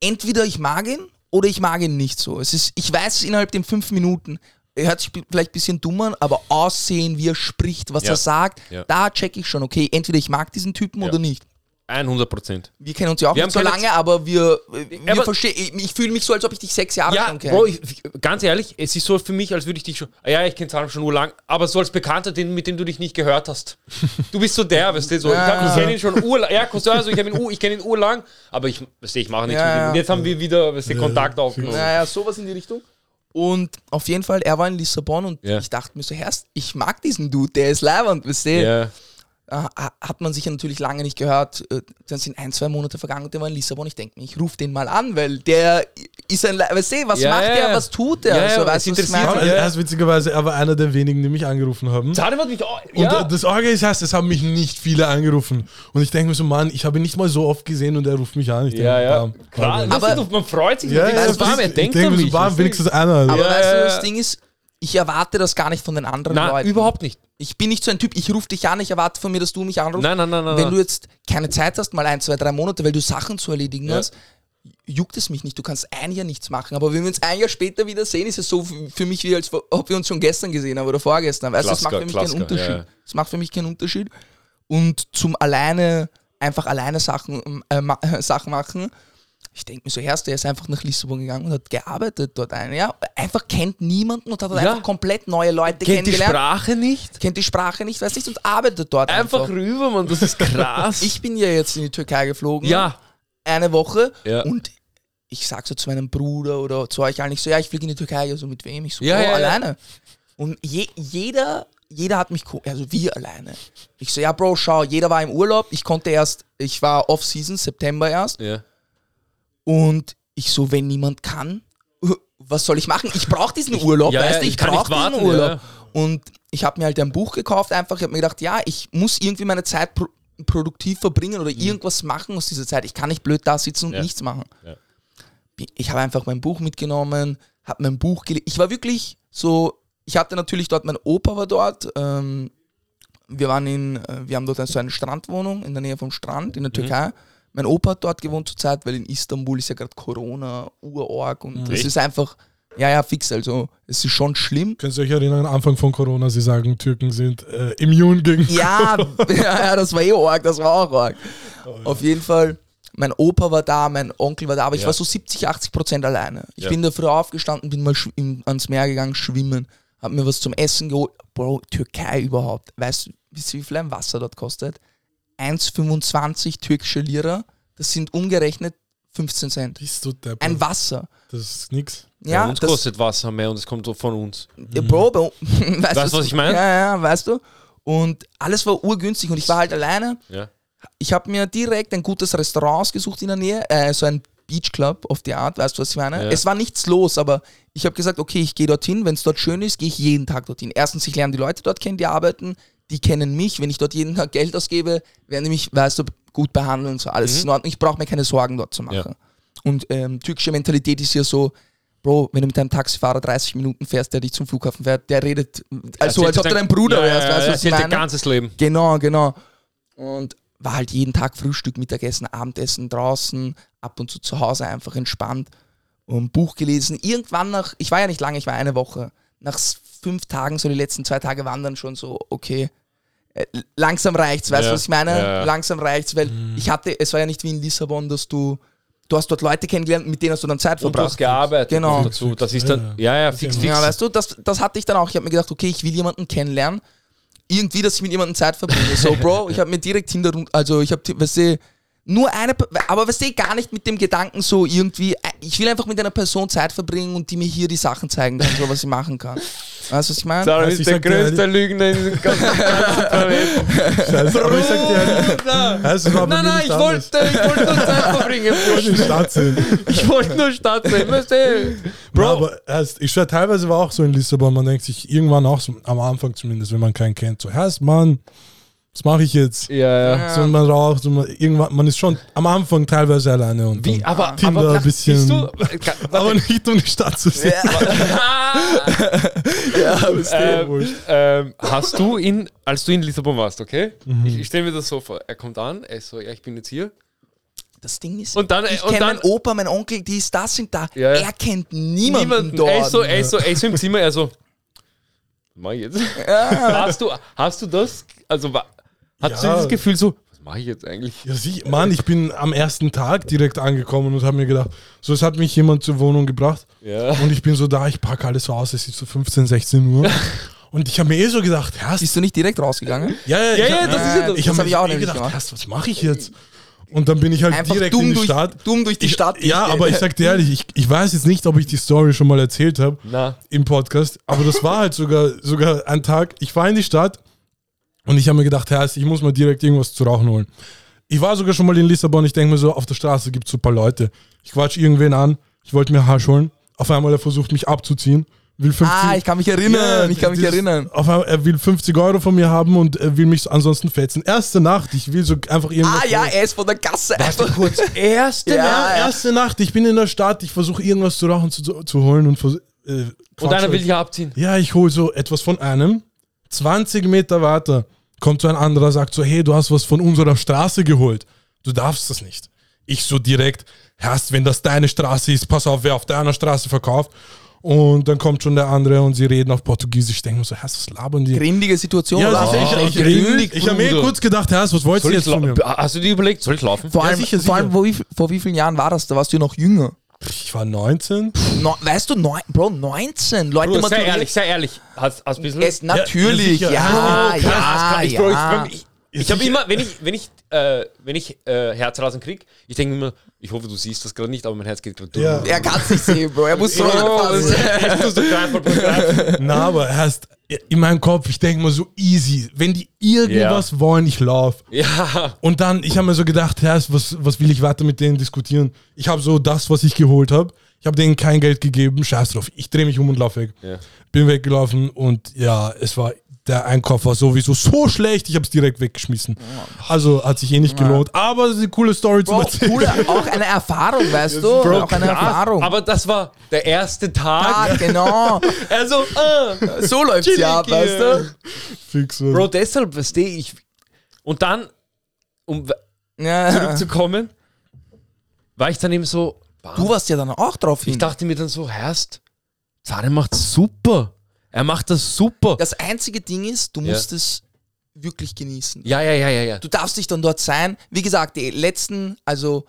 S2: entweder ich mag ihn oder ich mag ihn nicht so. Es ist, ich weiß es innerhalb den fünf Minuten. Er hört sich bi- vielleicht ein bisschen dumm an, aber Aussehen, wie er spricht, was
S3: Ja.
S2: er sagt,
S3: Ja.
S2: da check ich schon, okay, entweder ich mag diesen Typen
S3: Ja.
S2: oder nicht.
S3: 100 Prozent.
S2: Wir kennen uns ja auch
S3: Wir
S2: nicht so
S3: haben keine Äh,
S2: lange, aber wir, wir
S3: Aber-
S2: verstehen. Ich, ich fühle mich so, als ob ich dich sechs Jahre
S3: Ja,
S2: schon kenne.
S3: Bro, ich, ich- ganz ehrlich, es ist so für mich, als würde ich dich schon. Ah Ja, ich kenne Zahnarzt schon urlang, aber so als Bekannter, den, mit dem du dich nicht gehört hast. Du bist so der, weißt du, so. Ich, hab- ich kenne ihn schon urlang. Ja, Cousin, also ich, hab ihn ur- ich kenne ihn urlang, aber ich, weißt du, ich mache nichts
S2: Ja,
S3: mit ihm.
S2: ja.
S3: Und jetzt haben wir wieder, weißt du, Kontakt aufgenommen.
S2: naja, sowas in die Richtung. Und auf jeden Fall, er war in Lissabon und
S3: Ja.
S2: ich dachte mir so, Herrst, ich mag diesen Dude, der ist leibend, weißt du?
S3: Ja.
S2: äh, ha- hat man sich ja natürlich lange nicht gehört. Äh, Dann sind ein, zwei Monate vergangen und der war in Lissabon. Ich denke mir, ich rufe den mal an, weil der ist ein, Le- weißt du, was
S3: Ja,
S2: macht
S3: ja,
S2: der,
S3: ja.
S2: was tut der?
S3: Ja, ja,
S2: also,
S3: aber
S2: weißt du,
S3: es
S2: was ich
S3: interessiert
S2: meine?
S1: Aber Er ist witzigerweise aber einer der wenigen, die mich angerufen haben.
S3: Zahnrad hat mich auch.
S1: Und
S3: Ja.
S1: äh, das Orge ist heißt, es haben mich nicht viele angerufen. Und ich denke mir so, Mann, ich habe ihn nicht mal so oft gesehen und er ruft mich an. Ich denk,
S3: ja, ja.
S1: bam,
S3: Krass.
S1: Orgel.
S2: Aber-
S3: Aber du, man freut sich,
S1: äh, Ja,
S3: man
S1: ja,
S3: denkt so, warm, er
S1: ich denk
S3: denkt
S1: mir
S3: an
S1: so,
S3: mich.
S1: warm, wenigstens einer.
S2: also, Aber
S1: Ja.
S3: Ja,
S2: weißt
S3: ja,
S2: du,
S3: ja.
S2: das Ding ist, ich erwarte das gar nicht von den anderen
S3: Nein,
S2: Leuten.
S3: überhaupt nicht.
S2: Ich bin nicht so ein Typ, ich rufe dich an, ich erwarte von mir, dass du mich anrufst.
S3: Nein, nein, nein, nein.
S2: Wenn
S3: nein.
S2: du jetzt keine Zeit hast, mal ein, zwei, drei Monate, weil du Sachen zu erledigen
S3: Ja.
S2: hast, juckt es mich nicht. Du kannst ein Jahr nichts machen. Aber wenn wir uns ein Jahr später wieder sehen, ist es so f- für mich, wie als vor- ob wir uns schon gestern gesehen haben oder vorgestern. Weißt du, das macht
S3: Klassiker,
S2: für mich keinen
S3: Klassiker,
S2: Unterschied.
S3: ja, ja.
S2: Das macht für mich keinen Unterschied. Und zum alleine, einfach alleine Sachen, äh, ma- Sachen machen, ich denke mir so, erst, der ist einfach nach Lissabon gegangen und hat gearbeitet dort ein Jahr. Einfach kennt niemanden und hat halt einfach komplett neue Leute
S3: Kennt die
S2: kennengelernt.
S3: Sprache nicht?
S2: kennt die Sprache nicht, weiß nicht und arbeitet dort einfach.
S3: Einfach rüber, Mann, das ist krass.
S2: Ich bin ja jetzt in die Türkei geflogen.
S3: ja,
S2: Eine Woche.
S3: Ja.
S2: Und ich sag so zu meinem Bruder oder zu euch allen, ich so, ja, ich fliege in die Türkei. Also mit wem? Ich so,
S3: Ja,
S2: oh,
S3: ja, ja.
S2: alleine. Und je, jeder, jeder hat mich, ko- also wir alleine. Ich so, ja, Bro, schau, jeder war im Urlaub. Ich konnte erst, ich war off-season, September erst.
S3: ja.
S2: Und ich so, wenn niemand kann, äh, was soll ich machen? Ich brauche diesen Urlaub,
S3: ja,
S2: weißt du?
S3: ich
S2: Ich
S3: kann
S2: brauche
S3: nicht warten,
S2: diesen Urlaub.
S3: ja.
S2: Und ich habe mir halt ein Buch gekauft, einfach. Ich habe mir gedacht, ja, ich muss irgendwie meine Zeit pro produktiv verbringen oder irgendwas machen aus dieser Zeit. Ich kann nicht blöd da sitzen und
S3: Mhm. Ja.
S2: nichts machen.
S3: Ja.
S2: Ich habe einfach mein Buch mitgenommen, habe mein Buch gelesen. Ich war wirklich so, ich hatte natürlich dort, mein Opa war dort. Ähm, wir waren in, äh, wir haben dort so eine Strandwohnung in der Nähe vom Strand in der Türkei. Mein Opa hat dort gewohnt zur Zeit, weil in Istanbul ist ja gerade Corona, Urorg und es
S3: Echt?
S2: ist einfach, ja, ja, fix. Also es ist schon schlimm.
S1: Könnt ihr euch erinnern, Anfang von Corona, sie sagen, Türken sind äh, immun gegen.
S2: Ja, ja, ja, das war eh arg, das war auch arg.
S3: Oh,
S2: Auf jeden Fall, mein Opa war da, mein Onkel war da, aber ich
S3: Ja.
S2: war so 70, 80 Prozent alleine. Ich
S3: Ja.
S2: bin da früh aufgestanden, bin mal schw- im- ans Meer gegangen, schwimmen, hab mir was zum Essen geholt. Bro, Türkei überhaupt. Weißt du, wisst ihr, wie viel ein Wasser dort kostet? 1,25 türkische Lira, das sind umgerechnet 15 Cent.
S1: Bist du deppert.
S2: Ein Wasser.
S1: Das ist nix.
S2: Ja,
S3: uns
S2: das,
S3: kostet Wasser mehr und es kommt so von uns.
S2: ja, Bro, bei, weißt
S3: Weißt du, was ich meine?
S2: Ja, ja, weißt du. Und alles war urgünstig und ich war halt alleine.
S3: Ja.
S2: ich habe mir direkt ein gutes Restaurant ausgesucht in der Nähe, äh, so ein Beachclub auf die Art, weißt du, was ich meine?
S3: Ja.
S2: Es war nichts los, aber ich habe gesagt, okay, ich gehe dorthin, wenn es dort schön ist, gehe ich jeden Tag dorthin. Erstens, ich lerne die Leute dort kennen, die arbeiten, die kennen mich, wenn ich dort jeden Tag Geld ausgebe, werden die mich, weißt du, gut behandeln und so, alles ist in Ordnung, ich brauche mir keine Sorgen dort zu machen.
S3: Mhm. Ja.
S2: Und ähm, türkische Mentalität ist ja so, Bro, wenn du mit deinem Taxifahrer 30 Minuten fährst, der dich zum Flughafen fährt, der redet, also als ob du dein Bruder wärst, weißt du, was ich
S3: Erzählt dein
S2: meine?
S3: ganzes Leben.
S2: Genau, genau. Und war halt jeden Tag Frühstück, Mittagessen, Abendessen draußen, ab und zu zu Hause einfach entspannt und Buch gelesen. Irgendwann nach, ich war ja nicht lange, ich war eine Woche. Nach s- fünf Tagen, so die letzten zwei Tage waren dann schon so, okay, äh, langsam reicht's, weißt du,
S3: Ja,
S2: was ich meine?
S3: ja, Mhm. ja.
S2: Langsam reicht's, weil ich hatte, es war ja nicht wie in Lissabon, dass du, du hast dort Leute kennengelernt, mit denen hast du dann Zeit
S3: Und du
S2: verbracht.
S3: hast gearbeitet
S2: Genau.
S3: noch dazu. Das ist dann, ja, ja, fix, fix.
S2: Ja, weißt du, das, das hatte ich dann auch. Ich habe mir gedacht, okay, ich will jemanden kennenlernen. Irgendwie, dass ich mit jemandem Zeit verbringe. So, Bro, ich habe mir direkt hinter, also ich habe, weißt du, nur eine, Pe- aber weißt du, gar nicht mit dem Gedanken so irgendwie, äh, ich will einfach mit einer Person Zeit verbringen und die mir hier die Sachen zeigen kann, so was ich machen kann. Weißt du, was ich meine?
S3: Sarah
S1: Also
S3: ist
S1: ich
S3: der
S1: sag dir
S3: größte Lügner in diesem ganzen Planeten.
S1: Scheiße, aber ich sag dir ehrlich, also, war bei
S3: Nein,
S1: mir
S3: nein,
S1: nicht
S3: ich
S1: anders.
S3: wollte, ich wollte nur Zeit verbringen.
S1: Ich wollte in die Stadt sehen.
S3: Ich wollte nur Stadt sehen. weißt du?
S1: Bro.
S3: Bro.
S1: aber erst, ich schwör, teilweise war auch so in Lissabon, man denkt sich irgendwann auch so, am Anfang zumindest, wenn man keinen kennt, so, heißt Mann, was mache ich jetzt?
S3: Ja, ja.
S1: So, und man raucht, und man, irgendwann, man ist schon am Anfang teilweise alleine und
S3: Wie,
S1: dann
S3: aber,
S1: Tinder
S3: aber
S1: ein bisschen.
S3: Bist du, Ka-
S1: aber nicht um die Stadt zu sehen.
S3: ähm, ähm, hast du ihn, als du in Lissabon warst, okay?
S1: Mhm.
S3: Ich, ich stelle mir das so vor. Er kommt an, er ist so, ja, ich bin jetzt hier.
S2: Das Ding ist,
S3: Und dann-
S2: ich
S3: und
S2: kenne
S3: dann-
S2: meinen Opa, meinen Onkel, die ist das, sind da.
S3: Ja, ja.
S2: Er kennt niemanden, dort.
S3: Er ist so, er ist so, er ist so im Zimmer, er so. Mach ich jetzt? Hast, du, hast du das? Also, wa- hattest
S1: Ja.
S3: du dieses Gefühl so, was mache ich jetzt eigentlich?
S1: Ja, sie, Mann, ich bin am ersten Tag direkt angekommen und habe mir gedacht, so, es hat mich jemand zur Wohnung gebracht.
S3: Ja.
S1: Und ich bin so da, ich packe alles so aus, es ist so 15, 16 Uhr. Und ich habe mir eh so gedacht, Herr,
S2: Bist du nicht direkt rausgegangen?
S1: Ja, ja,
S3: Ja,
S1: ich
S3: ja,
S1: hab-
S3: das ist ja das.
S1: Ich habe
S2: Das hab
S1: mir
S2: ich auch
S1: eh
S2: nämlich
S1: gedacht,
S2: gemacht.
S1: was, was mache ich jetzt? Und dann bin ich halt
S2: Einfach
S1: direkt
S2: dumm
S1: in die
S2: durch-
S1: Stadt.
S2: dumm durch die
S1: ich,
S2: Stadt
S1: Ja,
S2: durchgehen.
S1: aber ich sag dir ehrlich, ich, ich weiß jetzt nicht, ob ich die Story schon mal erzählt habe
S3: Na.
S1: im Podcast, aber das war halt sogar, sogar ein Tag. Ich war in die Stadt Und ich habe mir gedacht, Herr, ich muss mir direkt irgendwas zu rauchen holen. Ich war sogar schon mal in Lissabon, ich denke mir so, auf der Straße gibt es so ein paar Leute. Ich quatsch irgendwen an, ich wollte mir Hasch holen. Auf einmal er versucht mich abzuziehen, will 50
S2: Ah, ich kann mich erinnern,
S1: Ja,
S2: ich kann mich
S1: dieses-
S2: erinnern. Ah,
S1: Auf einmal, er will 50 Euro von mir haben und er will mich so ansonsten fetzen. Erste Nacht, ich will so einfach irgendwas.
S2: Ah ja, er ist von der Gasse. einfach.
S3: kurz. Erste
S2: Ja,
S1: Ja, erste Nacht, ich bin in der Stadt, ich versuche irgendwas zu rauchen zu, zu holen und vers- äh,
S3: Und
S1: quatsch
S3: einer will
S1: halt.
S3: dich abziehen.
S1: Ja, ich hole so etwas von einem. 20 Meter weiter kommt so ein anderer, sagt so, hey, du hast was von unserer Straße geholt. Du darfst das nicht. Ich so direkt, Herrst, wenn das deine Straße ist, pass auf, wer auf deiner Straße verkauft. Und dann kommt schon der andere und sie reden auf Portugiesisch. Ich denke mir so, Herrst, was labern die?
S2: Grindige Situation.
S1: Ja,
S2: oder?
S1: das ist
S2: Oh.
S1: echt, ich, ich,
S3: gründig,
S1: ich habe mir eh
S3: Bruder.
S1: kurz gedacht, Herrst, was wolltest du
S3: Soll ich
S1: jetzt von mir?
S3: lau- Hast du dir überlegt, soll ich laufen?
S2: vor
S1: Ja,
S2: allem,
S1: sicher,
S2: vor allem
S1: sicher.
S2: vor, wie, vor wie vielen Jahren war das? Da warst du noch jünger.
S1: Ich war 19.
S2: No, weißt du, neun, Bro, 19 Leute
S3: Bruder, sei
S2: maturieren.
S3: ehrlich, sei ehrlich. Hast, hast ein bisschen. Oh,
S2: Es, natürlich,
S1: Ja, Oh,
S2: ja,
S1: ja,
S2: ja,
S3: Krass, krass,
S2: ja.
S3: ich, Bro, ich, ich, ich habe
S1: sicher.
S3: immer, wenn ich, wenn ich, äh, wenn ich äh, Herzrasen krieg, ich denke mir immer, ich hoffe, du siehst das gerade nicht, aber mein Herz geht gerade durch. Oh,
S1: Ja.
S2: Er kann es nicht sehen, Bro. Er muss so anpassen.
S1: Na, aber erst in meinem Kopf, ich denke mal so easy. Wenn die irgendwas wollen, ich lauf.
S3: Ja,
S1: Und dann, ich habe mir so gedacht, Herrs, was, was will ich weiter mit denen diskutieren? Ich habe so das, was ich geholt habe. Ich habe denen kein Geld gegeben, scheiß drauf. Ich drehe mich um und laufe weg.
S3: Ja.
S1: Bin weggelaufen und ja, es war, der Einkauf war sowieso so schlecht, ich habe es direkt weggeschmissen. Also hat sich eh nicht gelohnt. Aber es ist eine coole Story
S2: Bro,
S1: zu erzählen.
S2: cool, auch eine Erfahrung, weißt du?
S3: Bro,
S2: auch eine
S3: krass.
S2: Erfahrung.
S3: Aber das war der erste
S2: ah,
S3: Tag.
S2: genau.
S3: Also, äh,
S2: So läuft's ja ab,
S3: Chillig,
S2: weißt du?
S1: Fix, also.
S3: Bro, deshalb verstehe ich. Und dann, um
S2: Ja.
S3: zurückzukommen, war ich dann eben so,
S2: Du warst ja dann auch drauf hin.
S3: Ich dachte mir dann so, Herst, Zare macht's super. Er macht das super.
S2: das einzige Ding ist, du
S3: Ja.
S2: musst es wirklich genießen.
S3: ja, ja, ja, ja, ja.
S2: Du darfst dich dann dort sein. Wie gesagt, die letzten, also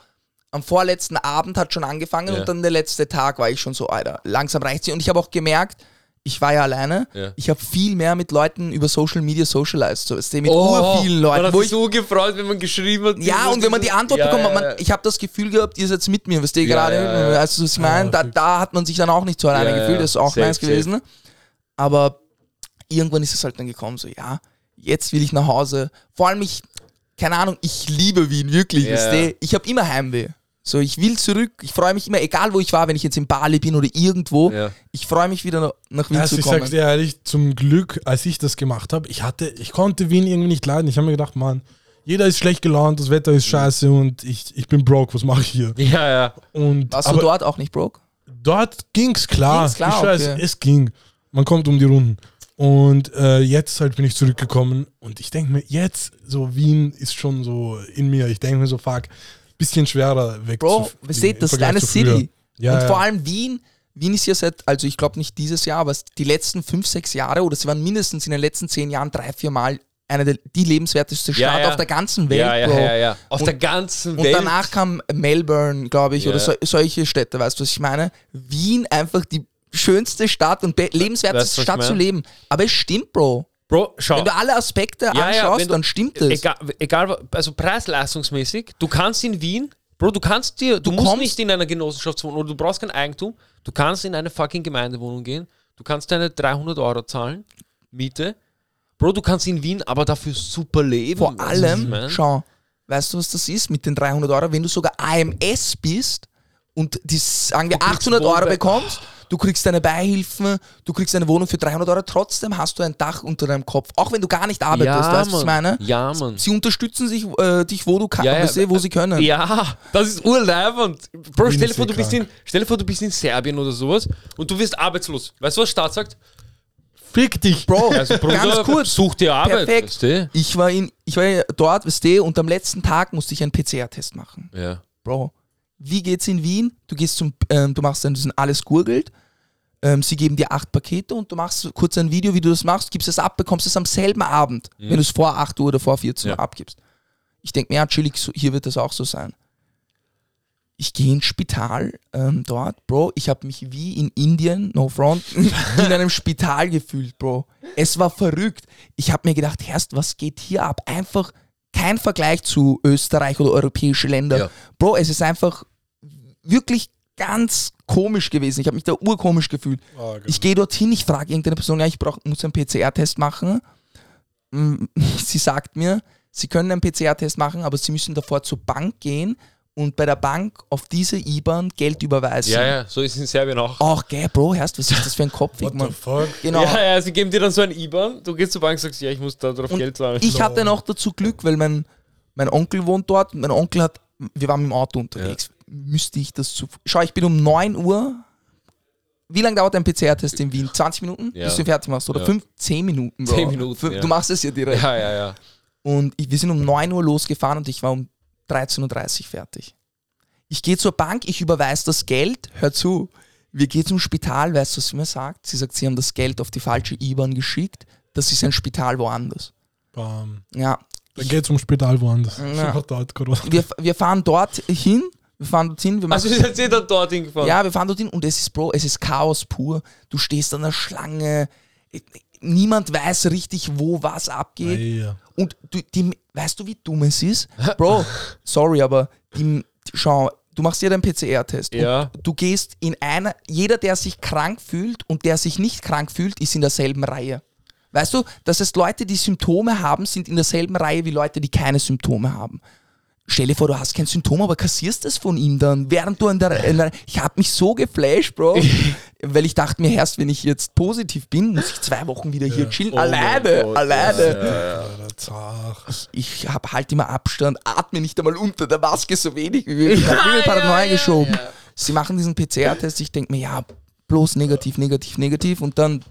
S2: am vorletzten Abend hat schon angefangen
S3: Ja.
S2: und dann der letzte Tag war ich schon so, Alter, langsam reicht's hier. Und ich habe auch gemerkt, ich war ja alleine.
S3: Ja.
S2: Ich habe viel mehr mit Leuten über Social Media socialized, so ist mit urvielen
S3: Oh, Man
S2: Leuten,
S3: hat
S2: wo
S3: sich
S2: ich
S3: so gefreut, wenn man geschrieben hat.
S2: Ja, und wenn man die Antwort
S3: Ja,
S2: bekommt,
S3: ja,
S2: man,
S3: ja.
S2: ich habe das Gefühl gehabt, ihr seid mit mir, wisst ihr
S3: Ja,
S2: gerade,
S3: ja, ja.
S2: also was ich meine, da, da hat man sich dann auch nicht so alleine
S3: Ja, ja,
S2: gefühlt, das ist auch
S3: safe,
S2: nice
S3: safe.
S2: gewesen. ne? Aber irgendwann ist es halt dann gekommen, so ja, jetzt will ich nach Hause. Vor allem ich, keine Ahnung, ich liebe Wien, wirklich,
S3: Ja.
S2: wisst ihr, ich habe immer Heimweh. So, ich will zurück, ich freue mich immer, egal wo ich war, wenn ich jetzt in Bali bin oder irgendwo,
S3: Ja.
S2: ich freue mich wieder nach- nach Wien
S1: Also
S2: zu
S1: ich sag's
S2: kommen.
S1: dir ehrlich, zum Glück, als ich das gemacht habe, ich hatte, ich konnte Wien irgendwie nicht leiden. Ich habe mir gedacht, Mann, jeder ist schlecht gelaunt, das Wetter ist scheiße und ich, ich bin broke, was mache ich hier?
S3: Ja, ja.
S1: Und
S2: Warst du
S1: aber
S2: dort auch nicht broke?
S1: dort ging's klar.
S2: Ging's klar,
S1: ich weiß,
S2: okay.
S1: es ging. Man kommt um die Runden. Und äh, jetzt halt bin ich zurückgekommen und ich denke mir, jetzt, so Wien ist schon so in mir. Ich denke mir so, fuck, bisschen schwerer weg.
S2: Bro,
S1: zu-
S2: ihr
S1: im
S2: seht, das ist
S1: Vergleich
S2: deine
S1: zu früher.
S2: City.
S1: Ja,
S2: und
S1: ja.
S2: vor allem Wien, Wien ist ja seit, also ich glaube nicht dieses Jahr, aber die letzten fünf, sechs Jahre oder sie waren mindestens in den letzten zehn Jahren drei, vier Mal eine der, die lebenswerteste
S3: Ja,
S2: Stadt
S3: ja.
S2: auf der ganzen Welt,
S3: Ja, ja,
S2: Bro.
S3: ja, ja. Auf
S2: Und-
S3: der ganzen
S2: Und
S3: Welt.
S2: danach kam Melbourne, glaube ich,
S3: Ja.
S2: oder so, solche Städte, weißt du, was ich meine? Wien einfach die schönste Stadt und be-
S3: Weißt du,
S2: lebenswerteste
S3: was ich
S2: Stadt zu
S3: meine?
S2: leben. Aber es stimmt, Bro.
S3: Bro, schau.
S2: Wenn du alle Aspekte
S3: ja,
S2: anschaust,
S3: wenn du-
S2: dann stimmt es.
S3: Egal, egal, also preisleistungsmäßig, du kannst in Wien, Bro, du kannst dir, du, musst
S2: kommst-
S3: nicht in einer Genossenschaftswohnung oder du brauchst kein Eigentum, du kannst in eine fucking Gemeindewohnung gehen, du kannst deine 300 Euro zahlen, Miete. Bro, du kannst in Wien aber dafür super leben. weißt
S2: Vor
S3: du, Hm, was ich
S2: allem,
S3: mein?
S2: schau, weißt du, was das ist mit den 300 Euro? Wenn du sogar AMS bist und die, sagen wir,
S3: kriegst
S2: 800
S3: Wohnbe-
S2: Euro bekommst, du kriegst deine Beihilfen, du kriegst eine Wohnung für 300 Euro, trotzdem hast du ein Dach unter deinem Kopf, auch wenn du gar nicht arbeitest,
S3: Ja,
S2: weißt du, was ich
S3: Mann.
S2: meine?
S3: Ja, Mann.
S2: Sie unterstützen sich, äh, dich, wo du kannst,
S3: Ja, ja.
S2: wo sie können.
S3: Ja, das ist urleibend. Bro,
S1: Wien
S3: stell dir,
S1: ist
S3: vor,
S1: eh
S3: du bist in,
S1: krank.
S3: stell dir vor, du bist in Serbien oder sowas und du wirst arbeitslos. Weißt du, was Staat sagt?
S1: Fick dich.
S2: Bro,
S3: Also, Bruder,
S2: ganz kurz.
S3: such dir Arbeit.
S2: Perfekt.
S3: weißt du?
S2: Ich war, in, ich war ja dort, weißt du, und am letzten Tag musste ich einen PCR-Test machen.
S3: Ja.
S2: Bro, wie geht's in Wien? Du gehst zum, ähm, du machst dann diesen alles gurgelt. Ähm, sie geben dir acht Pakete und du machst kurz ein Video, wie du das machst, gibst es ab, bekommst es am selben Abend, wenn du es vor 8 Uhr oder vor 14 Uhr
S3: Ja.
S2: abgibst. Ich denke mir, ja, chillig, so- hier wird das auch so sein. Ich gehe ins Spital ähm, dort, Bro. Ich habe mich wie in Indien, no front, in einem Spital gefühlt, Bro. Es war verrückt. Ich habe mir gedacht, Herst, was geht hier ab? Einfach kein Vergleich zu Österreich oder europäische Länder.
S3: Ja.
S2: Bro, es ist einfach wirklich ganz komisch gewesen. Ich habe mich da genau. urkomisch gefühlt. Ich gehe dorthin, ich frage irgendeine Person, ja, ich brauch, muss einen PCR-Test machen. mm, sie sagt mir, sie können einen PCR-Test machen, aber sie müssen davor zur Bank gehen und bei der Bank auf diese IBAN Geld überweisen.
S3: Ja, ja, so ist es in Serbien auch.
S2: Ach, geil, Bro, hörst was ist das für ein Kopf?
S1: What the fuck?
S2: Genau.
S3: Ja, ja, sie geben dir dann so ein IBAN, du gehst zur Bank und sagst, ja, ich muss da drauf
S2: Und
S3: Geld zahlen.
S2: Ich hatte noch dazu Glück, weil mein, mein Onkel wohnt dort. Mein Onkel hat, wir waren im Auto unterwegs. Müsste ich das zu. Schau, ich bin um 9 Uhr. Wie lange dauert ein PCR-Test in Wien? 20 Minuten?
S3: Ja.
S2: Bis du ihn fertig machst? Oder
S3: Ja.
S2: fünf, 10 Minuten? Bro.
S3: 10 Minuten,
S2: Fünf-
S3: ja.
S2: Du machst es ja direkt.
S3: ja, ja, ja.
S2: Und ich, wir sind um 9 Uhr losgefahren und ich war um 13.30 Uhr fertig. Ich gehe zur Bank, ich überweise das Geld. Hör zu. Wir gehen zum Spital, weißt du, was sie mir sagt? Sie sagt, sie haben das Geld auf die falsche IBAN geschickt. Das ist ein Spital woanders.
S1: Bam.
S2: Ja,
S1: Dann geht's zum Spital woanders.
S2: Ja.
S1: Auch dort, Corona.
S2: wir, wir fahren dort hin, wir fahren dorthin, wir machen,
S3: Also ist jetzt jeder dort hingefahren.
S2: ja, wir fahren dorthin und es ist, Bro, es ist Chaos pur. Du stehst an der Schlange, niemand weiß richtig, wo was abgeht
S1: Ja.
S2: und du, die, weißt du, wie dumm es ist? Bro, sorry, aber die, die- schau, du machst dir deinen PCR-Test
S3: Ja.
S2: und du gehst in einer, jeder, der sich krank fühlt und der sich nicht krank fühlt, ist in derselben Reihe. Weißt du, das heißt, Leute, die Symptome haben, sind in derselben Reihe wie Leute, die keine Symptome haben. Stell dir vor, du hast kein Symptom, aber kassierst es von ihm dann, während du an der, an der ich habe mich so geflasht, Bro, weil ich dachte mir erst, wenn ich jetzt positiv bin, muss ich zwei Wochen wieder hier chillen,
S3: Oh mein
S2: alleine,
S3: Gott,
S2: alleine.
S3: ja, ja, ja.
S1: Ja, da zach.
S2: Ich hab halt immer Abstand, atme nicht einmal unter der Maske so wenig wie möglich. Ich hab immer Paranoia geschoben. Sie machen diesen PCR-Test, ich denke mir, ja, bloß negativ, negativ, negativ und dann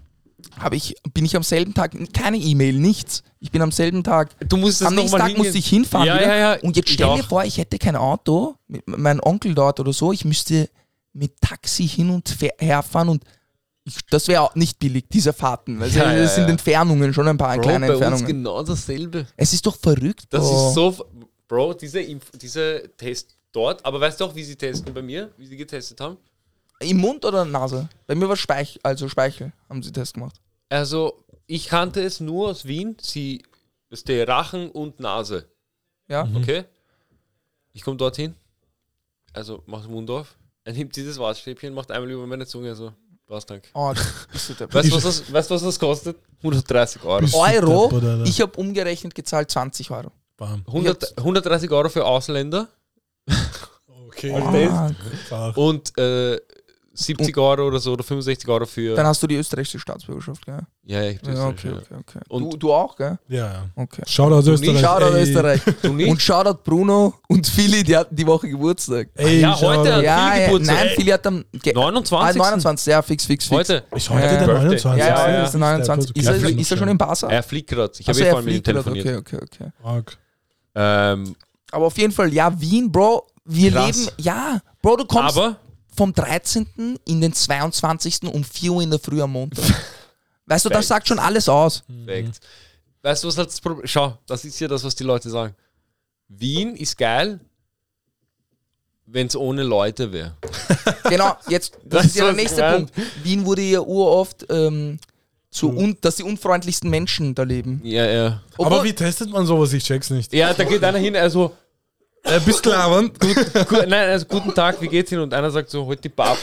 S2: hab ich, bin ich am selben Tag, keine E-Mail, nichts. Ich bin am selben Tag
S3: Du musst das
S2: am nächsten
S3: nochmal
S2: Tag musste ich hinfahren.
S3: Ja,
S2: wieder.
S3: ja, ja.
S2: Und jetzt
S3: ich
S2: stell dir
S3: auch.
S2: vor, ich hätte kein Auto, mit mein Onkel dort oder so, ich müsste mit Taxi hin und fe- herfahren und ich, das wäre auch nicht billig, diese Fahrten. Also,
S3: Ja, ja,
S2: das sind
S3: ja.
S2: Entfernungen, schon ein paar
S3: Bro,
S2: kleine
S3: bei uns
S2: Entfernungen. Oh.
S3: genau dasselbe.
S2: Es ist doch verrückt.
S3: Das
S2: Bro.
S3: ist so. f- Bro, diese, Impf diese Test dort, aber weißt du auch, wie sie testen bei mir, wie sie getestet haben?
S2: Im Mund oder Nase? Bei mir war Speich, also Speichel, haben sie Test gemacht.
S3: Also, ich kannte es nur aus Wien, sie ist der Rachen und Nase.
S2: Ja.
S3: Okay? Ich komme dorthin, also mach den Mund auf, er nimmt dieses Wattestäbchen, macht einmal über meine Zunge, also, passt danke.
S2: Oh, bist du der
S3: Weißt du, was, das- weißt du, was das kostet? 130 Euro.
S1: Depp, oder,
S2: Euro?
S1: oder?
S2: Ich habe umgerechnet gezahlt 20 Euro.
S1: Bam.
S3: 100, 130 Euro für Ausländer
S1: Okay.
S2: Ah,
S1: Zach.
S3: und äh, 70 Euro oder so oder 65 Euro für.
S2: dann hast du die österreichische Staatsbürgerschaft, gell?
S3: ja, ja, ich bin
S2: Ja, okay,
S3: Österreicher, ja.
S2: okay, okay.
S3: Und-
S2: du, du auch, gell?
S1: Ja, ja.
S2: Okay.
S1: Shoutout Österreich.
S2: Shoutout
S1: ey.
S2: Österreich.
S3: Du nicht?
S2: Und Shoutout Bruno und Philly, die hatten die Woche Geburtstag.
S1: Ey,
S3: Ja,
S1: Shoutout.
S3: heute.
S2: Ja, ja
S3: Geburtstag.
S2: nein, Philly hat am ge-
S3: 29.
S2: Ah, 29, ja, fix, fix, fix.
S3: Heute.
S1: Ist heute
S2: Ja,
S1: der
S2: ja.
S1: 29.
S2: Ja, ja,
S3: Ja, ja.
S2: ist der 29. Ist er, ist er schon in Barca?
S3: Er fliegt gerade. Ich habe
S2: Also
S3: eh
S2: er
S3: vorhin mit ihm
S2: fliegt gerade,
S3: telefoniert.
S2: Okay, okay, okay.
S1: Arg.
S3: Ähm,
S2: Aber auf jeden Fall, ja, Wien, Bro, wir
S3: Krass.
S2: leben, ja, Bro, du kommst
S3: aber
S2: vom 13. in den 22. um 4 Uhr in der Früh am Montag. Weißt du, das sagt schon alles aus.
S3: Hm. Perfekt. Weißt du, was halt das Problem Schau, das ist ja das, was die Leute sagen. Wien ist geil, wenn es ohne Leute wäre.
S2: Genau, jetzt, das,
S3: Das
S2: ist ja der
S3: war's
S2: nächste
S3: gemeint.
S2: Punkt. Wien wurde ja uroft ähm, zu,
S3: Hm.
S2: un, dass die unfreundlichsten Menschen da leben.
S3: Ja, ja.
S1: Aber
S2: Obwohl-
S1: wie testet man sowas? Ich check's nicht.
S3: Ja, da geht einer hin, also,
S1: Äh, bist klar,
S3: gu nein, also guten Tag, wie geht's Ihnen? Und einer sagt so, heute die Bar.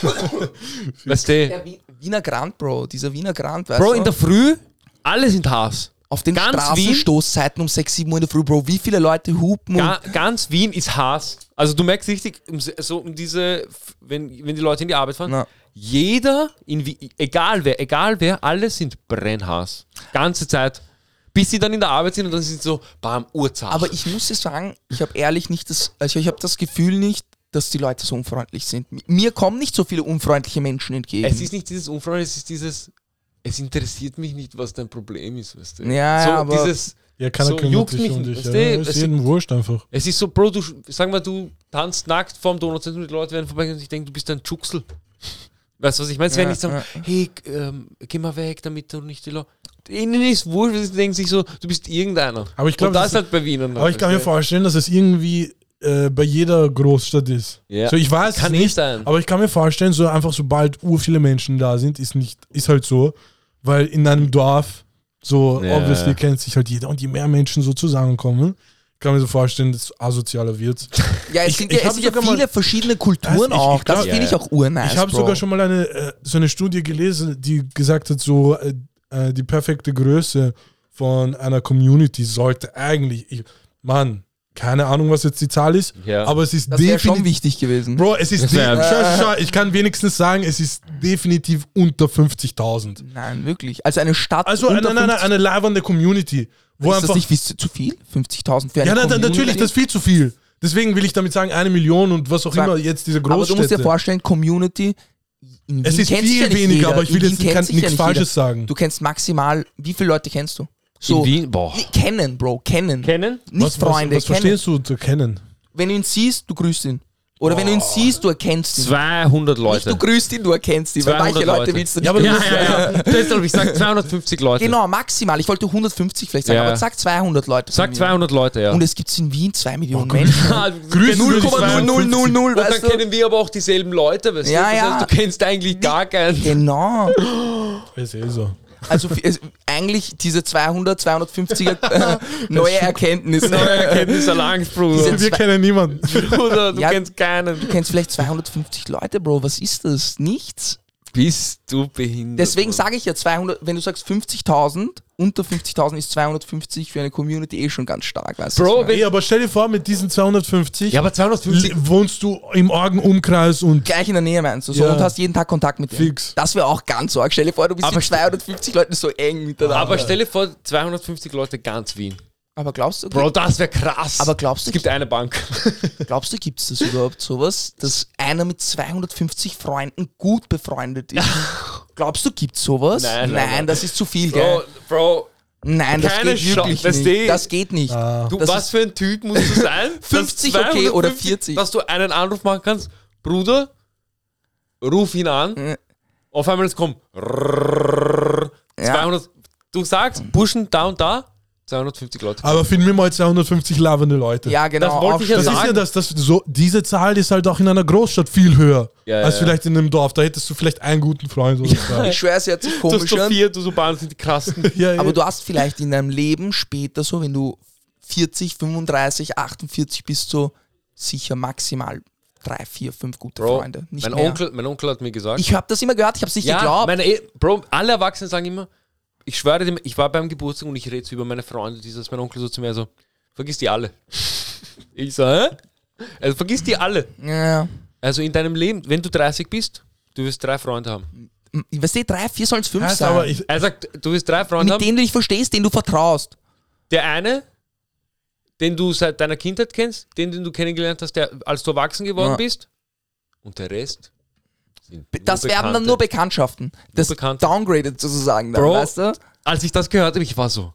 S3: weißt du?
S2: Der Wien- Wiener Grand, Bro, dieser Wiener Grand, weißt
S3: Bro,
S2: du?
S3: in der Früh, alle sind Hass.
S2: auf den
S3: ganz Wien-
S2: Straßenstoßzeiten um 6, 7 Uhr in der Früh, Bro, wie viele Leute hupen
S3: Ga ganz Wien ist Hass. Also du merkst richtig, um, se- so um diese, f- wenn, wenn die Leute in die Arbeit fahren,
S2: Na.
S3: jeder, in Wien, egal wer, egal wer, alle sind Brennhass. Ganze Zeit. Bis sie dann in der Arbeit sind und dann sind sie so, bam, Uhrzeit.
S2: Aber ich muss dir sagen, ich habe ehrlich nicht das, also ich habe das Gefühl nicht, dass die Leute so unfreundlich sind. M- Mir kommen nicht so viele unfreundliche Menschen entgegen.
S3: es ist nicht dieses Unfreund, es ist dieses, es interessiert mich nicht, was dein Problem ist, weißt du.
S2: Ja,
S3: so
S2: ja, aber-
S3: dieses,
S1: Ja, keiner
S3: So,
S1: kümmert
S3: juckt
S1: sich
S3: mich
S1: um
S3: nicht,
S1: dich.
S3: weißt
S1: ja.
S3: du?
S1: Ist
S3: Es-
S1: jedem wurscht einfach.
S3: es ist so, Bro, du, sch- sag mal, du tanzt nackt vorm Donauzentrum, die Leute werden vorbeigehen und ich denke, du bist ein Schuxel. Weißt du, was ich meine? Sie werden
S2: Ja,
S3: nicht sagen,
S2: ja,
S3: hey, g- ähm, geh mal weg, damit du nicht die Leute... Ihnen ist wurscht, sie denken sich so, du bist irgendeiner.
S1: Aber ich glaub,
S3: Und das
S1: das
S3: ist halt bei Wienern.
S1: Aber ich kann mir
S3: verstehst
S1: vorstellen, dass es irgendwie äh, bei jeder Großstadt ist.
S3: Ja.
S1: So, ich weiß
S3: Kann
S1: es
S3: eh
S1: nicht,
S3: sein.
S1: aber ich kann mir vorstellen, so einfach sobald ur viele Menschen da sind, ist nicht, ist halt so, weil in einem Dorf so
S3: Ja.
S1: obviously kennt sich halt jeder und je mehr Menschen so zusammenkommen, kann mir so vorstellen, dass es asozialer wird.
S2: ja, es
S1: ich-
S2: sind
S1: ich
S2: ja, es
S1: hab
S2: sind ja
S1: sogar mal-
S2: viele verschiedene Kulturen
S1: Das- ich-
S2: auch.
S1: ich glaub-
S2: das finde
S3: Ja,
S2: ich auch urnice.
S1: Ich habe
S2: Bro.
S1: sogar schon mal eine äh, so eine Studie gelesen, die gesagt hat, so äh, äh, die perfekte Größe von einer Community sollte eigentlich, ich, Mann, keine Ahnung, was jetzt die Zahl ist,
S3: Ja.
S1: aber es ist
S2: Das wäre schon
S1: definitiv.
S2: wichtig gewesen.
S1: Bro, es ist. De
S3: Ja.
S1: schau, schau, schau, ich kann wenigstens sagen, es ist definitiv unter 50.000.
S2: Nein, wirklich. Also eine Stadt
S1: Also eine,
S2: unter
S1: eine, eine,
S2: 50,
S1: eine labernde Community, wo
S2: ist
S1: einfach.
S2: das nicht viel zu viel? 50.000 für eine
S1: ja, na, na,
S2: Community?
S1: natürlich, das ist viel zu viel. Deswegen will ich damit sagen, eine Million und was auch
S2: Sag-
S1: immer jetzt diese
S2: Aber du musst dir
S1: Großstädte.
S2: vorstellen, Community. In
S1: es
S2: Wien
S1: ist
S2: kennt sich
S1: viel
S2: ja nicht
S1: weniger,
S2: jeder.
S1: aber ich
S2: In
S1: will
S2: Wien
S1: jetzt
S2: kennt
S1: kann,
S2: sich ja
S1: nichts
S2: nicht
S1: Falsches sagen.
S2: Jeder. Du kennst maximal, wie viele Leute kennst du? So,
S3: In Wien, boah.
S2: kennen, Bro, kennen.
S3: Kennen?
S2: nicht
S1: was,
S2: Freunde,
S1: was, was
S2: kennen.
S1: verstehst du zu kennen?
S2: Wenn du ihn siehst, du grüßt ihn. Oder wenn du ihn siehst, du erkennst ihn.
S3: 200
S2: Nicht du
S3: Leute.
S2: grüßt ihn, du erkennst ihn. Weil
S3: 200
S2: manche Leute
S3: Leute.
S2: willst du nicht
S1: Ja, aber du
S3: Ja,
S2: grüßen.
S1: musst-
S3: ja, ja. Deshalb, ich sag 250 Leute.
S2: Genau, maximal. Ich wollte 150 vielleicht sagen,
S3: Also Ja.
S2: aber sag 200 Leute.
S3: Sag
S2: von mir.
S3: 200 Leute, ja.
S2: Und es gibt in Wien 2 Millionen Menschen.
S1: Grüßen würde ich
S2: 0,0000,
S3: Und dann
S2: weißt du?
S3: kennen wir aber auch dieselben Leute, weißt
S2: Ja,
S3: du? Das
S2: ja.
S3: heißt, du kennst eigentlich gar keinen.
S2: Genau.
S1: Ist eh so.
S2: Also f- es, eigentlich diese 200, 250er äh, neue Erkenntnisse.
S3: Erkenntnis erlangt, Bruder.
S2: Diese-
S1: Wir
S2: zwei-
S1: kennen niemanden.
S3: Bruder, du
S2: Ja.
S3: kennst keinen.
S2: Du kennst vielleicht 250 Leute, Bro. Was ist das? Nichts.
S3: Bist du behindert?
S2: Deswegen sage ich ja 200, wenn du sagst 50.000, unter 50.000 ist 250 für eine Community eh schon ganz stark, weißt du? was
S3: Bro,
S2: ich meine?
S1: Ey, aber stell dir vor, mit diesen 250
S3: Ja, aber 250.
S1: le- wohnst du im Orgenumkreis und
S2: gleich in der Nähe meinst du so
S1: Ja.
S2: und hast jeden Tag Kontakt mit denen.
S1: Fix.
S2: Das wäre auch ganz arg. Stell dir vor, du bist
S3: Aber
S2: mit
S3: st-
S2: 250 Leuten so eng miteinander.
S3: Aber stell dir vor, 250 Leute ganz Wien.
S2: Aber glaubst du,
S3: Bro, das wäre krass.
S2: Aber glaubst du-
S3: es gibt eine Bank.
S2: glaubst du, gibt's das überhaupt sowas, dass einer mit 250 Freunden gut befreundet ist? glaubst du, gibt's sowas?
S3: Nein, nein, nein.
S2: das ist zu viel,
S3: Bro,
S2: gell?
S3: Bro
S2: Nein, das
S3: keine
S2: geht wirklich
S3: Chance,
S2: nicht.
S3: versteh.
S2: Das geht nicht.
S3: du,
S2: Das
S3: was
S2: ist-
S3: für ein Typ musst du sein? dass
S2: 50, okay, oder
S3: 250,
S2: 40.
S3: Dass du einen Anruf machen kannst, Bruder, ruf ihn an.
S2: Äh.
S3: Auf einmal es kommt. rrrr,
S2: Ja.
S3: 200. Du sagst, pushen da und da. 250 Leute.
S1: aber finden wir mal 250 lavende Leute.
S2: Ja, genau.
S3: Das wollte ich ja
S2: aufstellen.
S1: Das ist
S3: sagen.
S1: ja das, das so, diese Zahl ist halt auch in einer Großstadt viel höher
S3: Ja, ja,
S1: als
S3: ja.
S1: vielleicht in einem Dorf. Da hättest du vielleicht einen guten Freund oder zwei.
S2: Ich schwöre, es hört sich
S3: Du
S2: komisch
S3: hast so
S2: an.
S3: vier, du so Bahn sind die krassen.
S1: Ja, ja.
S2: Aber du hast vielleicht in deinem Leben später so, wenn du 40, 35, 48 bist, so sicher maximal drei, vier, fünf gute
S3: Bro,
S2: Freunde. Nicht
S3: mein,
S2: mehr.
S3: Onkel, mein Onkel hat mir gesagt.
S2: Ich habe das immer gehört, ich habe es nicht geglaubt.
S3: Meine e Bro, alle Erwachsenen sagen immer, ich schwöre dir, ich war beim Geburtstag und ich rede so über meine Freunde, dieses mein Onkel so zu mir so, vergiss die alle. Ich so, hä? Also vergiss die alle.
S2: Ja.
S3: Also in deinem Leben, wenn du 30 bist, du wirst drei Freunde haben.
S2: Hm, Ich weiß nicht, drei, vier sollen es fünf
S1: Heißt
S2: sein.
S1: aber, ich,
S3: Er sagt, du wirst drei Freunde
S2: mit
S3: haben.
S2: denen du dich verstehst, denen du vertraust.
S3: Der eine, den du seit deiner Kindheit kennst, den, den du kennengelernt hast, der, als du erwachsen geworden
S2: Ja.
S3: bist. Und der Rest sind
S2: Be-
S3: nur
S2: Das werden dann
S3: Bekannte.
S2: nur Bekanntschaften. Das
S3: Bekannte.
S2: downgraded sozusagen, dann,
S3: Bro.
S2: weißt du?
S3: Als ich das gehört habe, ich war so.